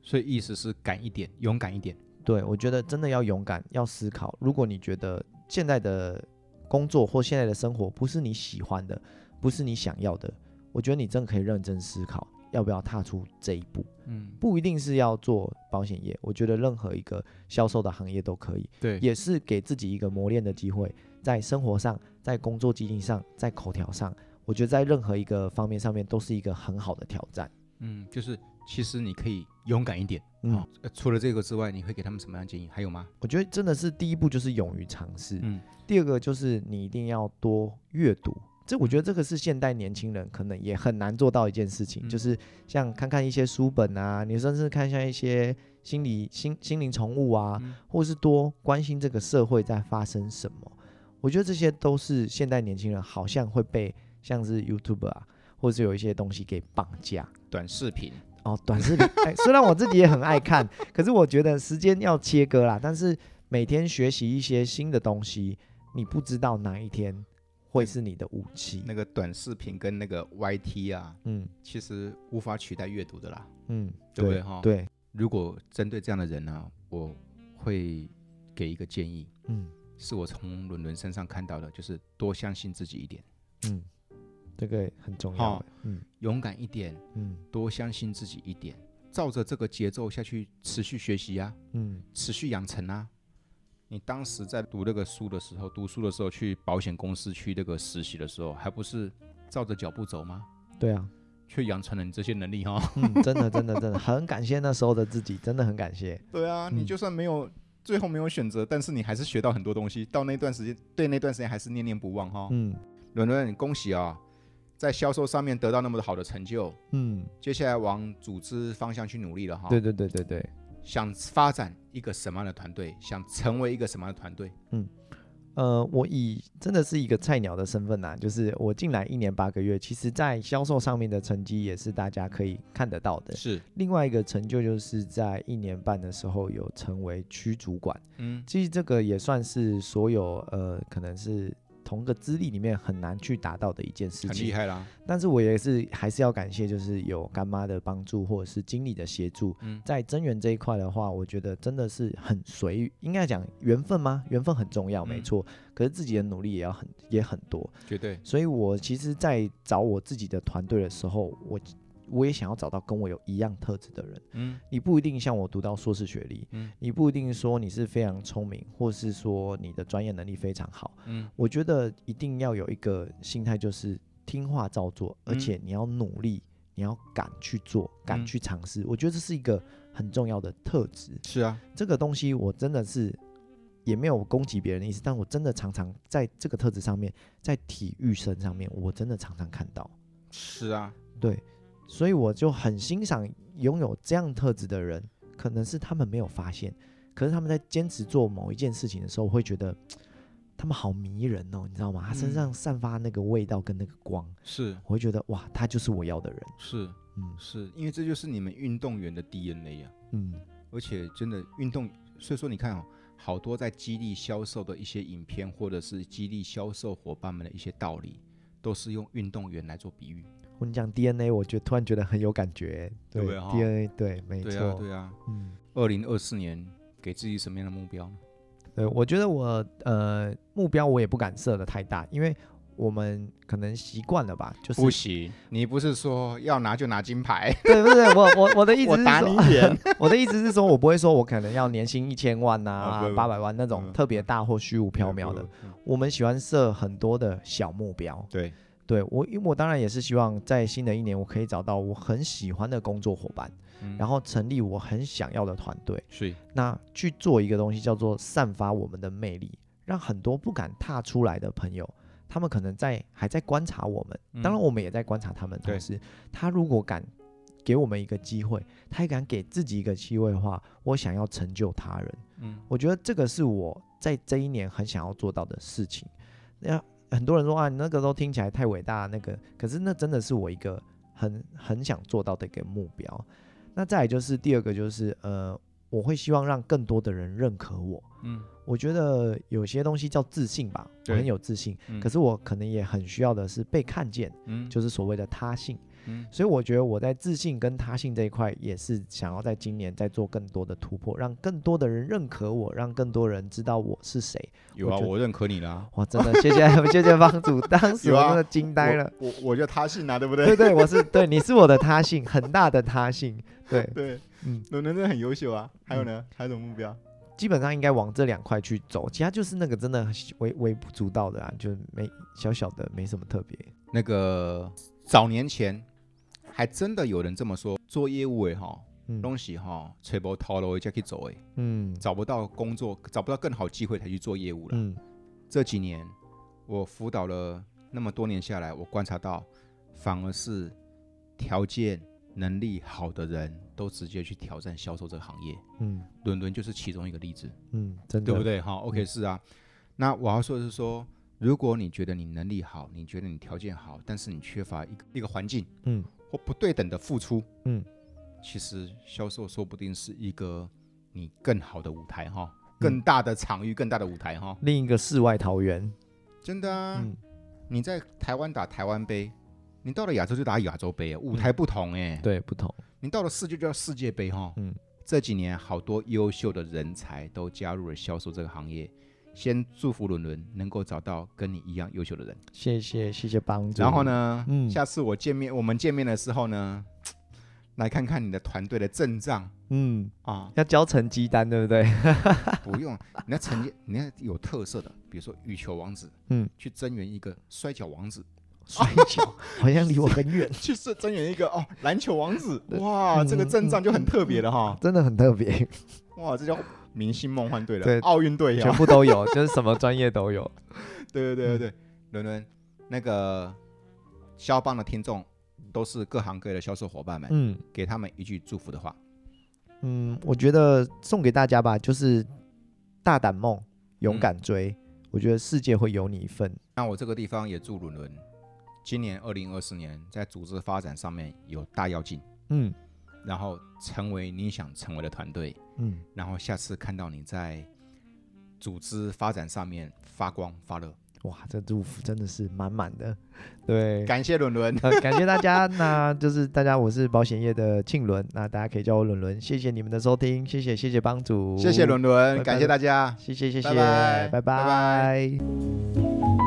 Speaker 1: 所以意思是敢一点，勇敢一点。
Speaker 2: 对，我觉得真的要勇敢，要思考。如果你觉得现在的工作或现在的生活不是你喜欢的，不是你想要的，我觉得你真的可以认真思考，要不要踏出这一步。
Speaker 1: 嗯，
Speaker 2: 不一定是要做保险业，我觉得任何一个销售的行业都可以，
Speaker 1: 对，
Speaker 2: 也是给自己一个磨练的机会，在生活上，在工作技能上，在口条上，我觉得在任何一个方面上面都是一个很好的挑战。
Speaker 1: 嗯，就是其实你可以勇敢一点。
Speaker 2: 嗯，
Speaker 1: 哦呃除了这个之外，你会给他们什么样的建议？还有吗？
Speaker 2: 我觉得真的是第一步就是勇于尝试，
Speaker 1: 嗯
Speaker 2: 第二个就是你一定要多阅读。这我觉得这个是现代年轻人可能也很难做到一件事情，
Speaker 1: 嗯
Speaker 2: 就是像看看一些书本啊，你甚至看像一些心理心心灵宠物啊，
Speaker 1: 嗯
Speaker 2: 或是多关心这个社会在发生什么。我觉得这些都是现代年轻人好像会被像是 YouTube 啊，或是有一些东西给绑架。
Speaker 1: 短视频。
Speaker 2: 哦，短视频、哎，虽然我自己也很爱看，可是我觉得时间要切割啦。但是每天学习一些新的东西，你不知道哪一天会是你的武器。
Speaker 1: 那个短视频跟那个 YT 啊，
Speaker 2: 嗯
Speaker 1: 其实无法取代阅读的啦。
Speaker 2: 嗯，
Speaker 1: 对不对
Speaker 2: 对
Speaker 1: 哈
Speaker 2: 对，
Speaker 1: 如果针对这样的人呢、我会给一个建议，
Speaker 2: 嗯
Speaker 1: 是我从伦伦身上看到的，就是多相信自己一点，
Speaker 2: 嗯，这个很重要
Speaker 1: 好。
Speaker 2: 嗯
Speaker 1: 勇敢一点，
Speaker 2: 嗯
Speaker 1: 多相信自己一点，照着这个节奏下去持续学习啊。
Speaker 2: 嗯
Speaker 1: 持续养成啊。你当时在读那个书的时候，读书的时候去保险公司去那个实习的时候，还不是照着脚步走吗？
Speaker 2: 对啊，
Speaker 1: 却养成了你这些能力哈、
Speaker 2: 嗯，真的真的真的很感谢那时候的自己，真的很感谢。
Speaker 1: 对啊，你
Speaker 2: 嗯
Speaker 1: 就算没有、最后没有选择，但是你还是学到很多东西。到那段时间，对那段时间还是念念不忘哈、
Speaker 2: 嗯
Speaker 1: 伦伦，恭喜啊、在销售上面得到那么好的成就，
Speaker 2: 嗯，
Speaker 1: 接下来往组织方向去努力了哈、
Speaker 2: 对对对对对，
Speaker 1: 想发展一个什么样的团队，想成为一个什么样的团队？
Speaker 2: 呃，我以真的是一个菜鸟的身份呐、就是我进来一年八个月，其实在销售上面的成绩也是大家可以看得到的。
Speaker 1: 是，
Speaker 2: 另外一个成就就是在一年半的时候有成为区主管，
Speaker 1: 嗯，
Speaker 2: 其实这个也算是所有呃可能是同个资历里面很难去达到的一件事
Speaker 1: 很
Speaker 2: 情
Speaker 1: 厉。害啦。
Speaker 2: 但是我也是还是要感谢，就是有干妈的帮助或者是经理的协助，
Speaker 1: 嗯
Speaker 2: 在增援这一块的话，我觉得真的是很随遇，应该讲缘分吗？缘分很重要，
Speaker 1: 嗯
Speaker 2: 没错。可是自己的努力也要很也很多，
Speaker 1: 绝对
Speaker 2: 所以我其实，在找我自己的团队的时候，我我也想要找到跟我有一样特质的人。
Speaker 1: 嗯，
Speaker 2: 你不一定像我读到硕士学历，
Speaker 1: 嗯
Speaker 2: 你不一定说你是非常聪明，或是说你的专业能力非常好，
Speaker 1: 嗯，
Speaker 2: 我觉得一定要有一个心态，就是听话照做，
Speaker 1: 嗯
Speaker 2: 而且你要努力，你要敢去做，敢去尝试。我觉得这是一个很重要的特质。
Speaker 1: 是啊，
Speaker 2: 这个东西我真的是也没有攻击别人的意思，但我真的常常在这个特质上面，在体育生上面，我真的常常看到。
Speaker 1: 是啊，
Speaker 2: 对，所以我就很欣赏拥有这样特质的人，可能是他们没有发现，可是他们在坚持做某一件事情的时候，会觉得嘖他们好迷人哦，你知道吗？他身
Speaker 1: 嗯
Speaker 2: 上散发那个味道跟那个光，
Speaker 1: 是
Speaker 2: 我会觉得哇，他就是我要的人。
Speaker 1: 是
Speaker 2: 嗯
Speaker 1: 是，因为这就是你们运动员的 DNA 啊。
Speaker 2: 嗯
Speaker 1: 而且真的运动，所以说你看哦，好多在激励销售的一些影片，或者是激励销售伙伴们的一些道理，都是用运动员来做比喻。
Speaker 2: 我跟你讲 DNA，我觉得突然觉得很有感觉，
Speaker 1: 对不对哈
Speaker 2: d n a 对，没
Speaker 1: 对啊，
Speaker 2: 错，
Speaker 1: 对啊。
Speaker 2: 嗯。
Speaker 1: 二零二四年给自己什么样的目标呢？
Speaker 2: 对，我觉得我呃目标我也不敢设的太大，因为我们可能习惯了吧，就是
Speaker 1: 不行，你不是说要拿就拿金 牌？
Speaker 2: 对不对？我我我的意思
Speaker 1: 我
Speaker 2: 是
Speaker 1: 打
Speaker 2: 说
Speaker 1: 你 脸
Speaker 2: 我的意思是说，我不会说我可能要年薪一千万呐、
Speaker 1: 啊不不
Speaker 2: 八百万那种
Speaker 1: 嗯
Speaker 2: 特别大或虚无缥缈的。。我们喜欢设很多的小目标。
Speaker 1: 对，
Speaker 2: 对我，因为我当然也是希望在新的一年，我可以找到我很喜欢的工作伙伴，
Speaker 1: 嗯
Speaker 2: 然后成立我很想要的团队，
Speaker 1: 是
Speaker 2: 那去做一个东西叫做散发我们的魅力，让很多不敢踏出来的朋友。他们可能在还在观察我们，当
Speaker 1: 嗯
Speaker 2: 然我们也在观察他们。
Speaker 1: 对
Speaker 2: 同时，他如果敢给我们一个机会，他也敢给自己一个机会的话，我想要成就他人。
Speaker 1: 嗯
Speaker 2: 我觉得这个是我在这一年很想要做到的事情。那很多人说啊，你那个都听起来太伟大，那个可是那真的是我一个很很想做到的一个目标。那再来就是第二个就是呃，我会希望让更多的人认可我。
Speaker 1: 嗯，
Speaker 2: 我觉得有些东西叫自信吧，我
Speaker 1: 对
Speaker 2: 很有自信，
Speaker 1: 嗯
Speaker 2: 可是我可能也很需要的是被看见，
Speaker 1: 嗯
Speaker 2: 就是所谓的他性。
Speaker 1: 嗯
Speaker 2: 所以我觉得我在自信跟他性这一块，也是想要在今年再做更多的突破，让更多的人认可我，让更多人知道我是谁。
Speaker 1: 有啊，
Speaker 2: 我觉得
Speaker 1: 我认可你啦。
Speaker 2: 哇，真的谢谢 谢谢帮主，当时
Speaker 1: 有
Speaker 2: 我
Speaker 1: 啊
Speaker 2: 真的惊呆了。
Speaker 1: 我我就他信啊，对不
Speaker 2: 对？对，我是对你是我的他性，很大的他性。 对，
Speaker 1: 对，
Speaker 2: 嗯，
Speaker 1: 伦伦真的很优秀啊。
Speaker 2: 还有
Speaker 1: 呢？还有什么目标？
Speaker 2: 基本上应该往这两块去走，其他就是那个真的微微不足道的啊，就是没小小的，没什么特别。
Speaker 1: 那个早年前，还真的有人这么说，做业务哎哈，
Speaker 2: 嗯
Speaker 1: 东西哈，吹波套路才去走哎，
Speaker 2: 嗯
Speaker 1: 找不到工作，找不到更好机会才去做业务了。
Speaker 2: 嗯
Speaker 1: 这几年我辅导了那么多年下来，我观察到，反而是条件能力好的人都直接去挑战销售这个行业，
Speaker 2: 嗯
Speaker 1: 伦伦就是其中一个例子。
Speaker 2: 嗯，真的
Speaker 1: 对不？对？哈、o k 是啊。那我要说的是说，如果你觉得你能力好，你觉得你条件好，但是你缺乏一个一个环境
Speaker 2: 嗯
Speaker 1: 或不对等的付出，
Speaker 2: 嗯，
Speaker 1: 其实销售说不定是一个你更好的舞台哈，
Speaker 2: 嗯
Speaker 1: 更大的场域，更大的舞台哈，
Speaker 2: 另一个世外桃源。
Speaker 1: 真的啊。
Speaker 2: 嗯
Speaker 1: 你在台湾打台湾杯，你到了亚洲就打亚洲杯，啊舞台不同哎、
Speaker 2: 嗯对，不同。
Speaker 1: 你到了世界就叫世界杯哈。
Speaker 2: 嗯，
Speaker 1: 这几年好多优秀的人才都加入了销售这个行业。先祝福伦伦能够找到跟你一样优秀的人。
Speaker 2: 谢谢谢谢帮助。
Speaker 1: 然后？呢，
Speaker 2: 嗯
Speaker 1: 下次我见面，我们见面的时候呢，来看看你的团队的阵仗
Speaker 2: 嗯，。
Speaker 1: 啊
Speaker 2: 要教成鸡蛋，对不 对？
Speaker 1: 不用，你要呈现，你要有特色的，比如说羽球王子，
Speaker 2: 嗯，
Speaker 1: 去增援一个摔跤王子，
Speaker 2: 摔跤好像离我很远，
Speaker 1: 去是增援一个哦，篮球王子，哇，
Speaker 2: 嗯
Speaker 1: 这个阵仗就很特别了哈，
Speaker 2: 真的很特别，
Speaker 1: 哇，这叫明星梦幻队了
Speaker 2: 嗯对，
Speaker 1: 奥运队
Speaker 2: 全
Speaker 1: 呀，
Speaker 2: 部都有， 就是嗯什么专业都有。
Speaker 1: 对对对对对，伦伦，那个肖邦的听众都是各行各业的销售伙伴们，
Speaker 2: 嗯
Speaker 1: 给他们一句祝福的话，
Speaker 2: 嗯，我觉得送给大家吧，就是大胆梦，勇
Speaker 1: 嗯
Speaker 2: 敢追，我觉得世界会有你一份。
Speaker 1: 那我这个地方也祝伦伦今年二零二四年在组织发展上面有大跃进，
Speaker 2: 嗯
Speaker 1: 然后成为你想成为的团队，
Speaker 2: 嗯，
Speaker 1: 然后下次看到你在组织发展上面发光发热。
Speaker 2: 哇，这祝福真的是满满的，对。
Speaker 1: 感谢伦伦，
Speaker 2: 呃，感谢大家，那就是大家，我是保险业的庆伦，那大家可以叫我伦伦，谢谢你们的收听，谢谢谢谢帮主，
Speaker 1: 谢谢伦
Speaker 2: 拜
Speaker 1: 伦，
Speaker 2: 拜
Speaker 1: 感谢大家。
Speaker 2: 谢谢谢谢，
Speaker 1: 拜拜
Speaker 2: 拜
Speaker 1: 拜
Speaker 2: 拜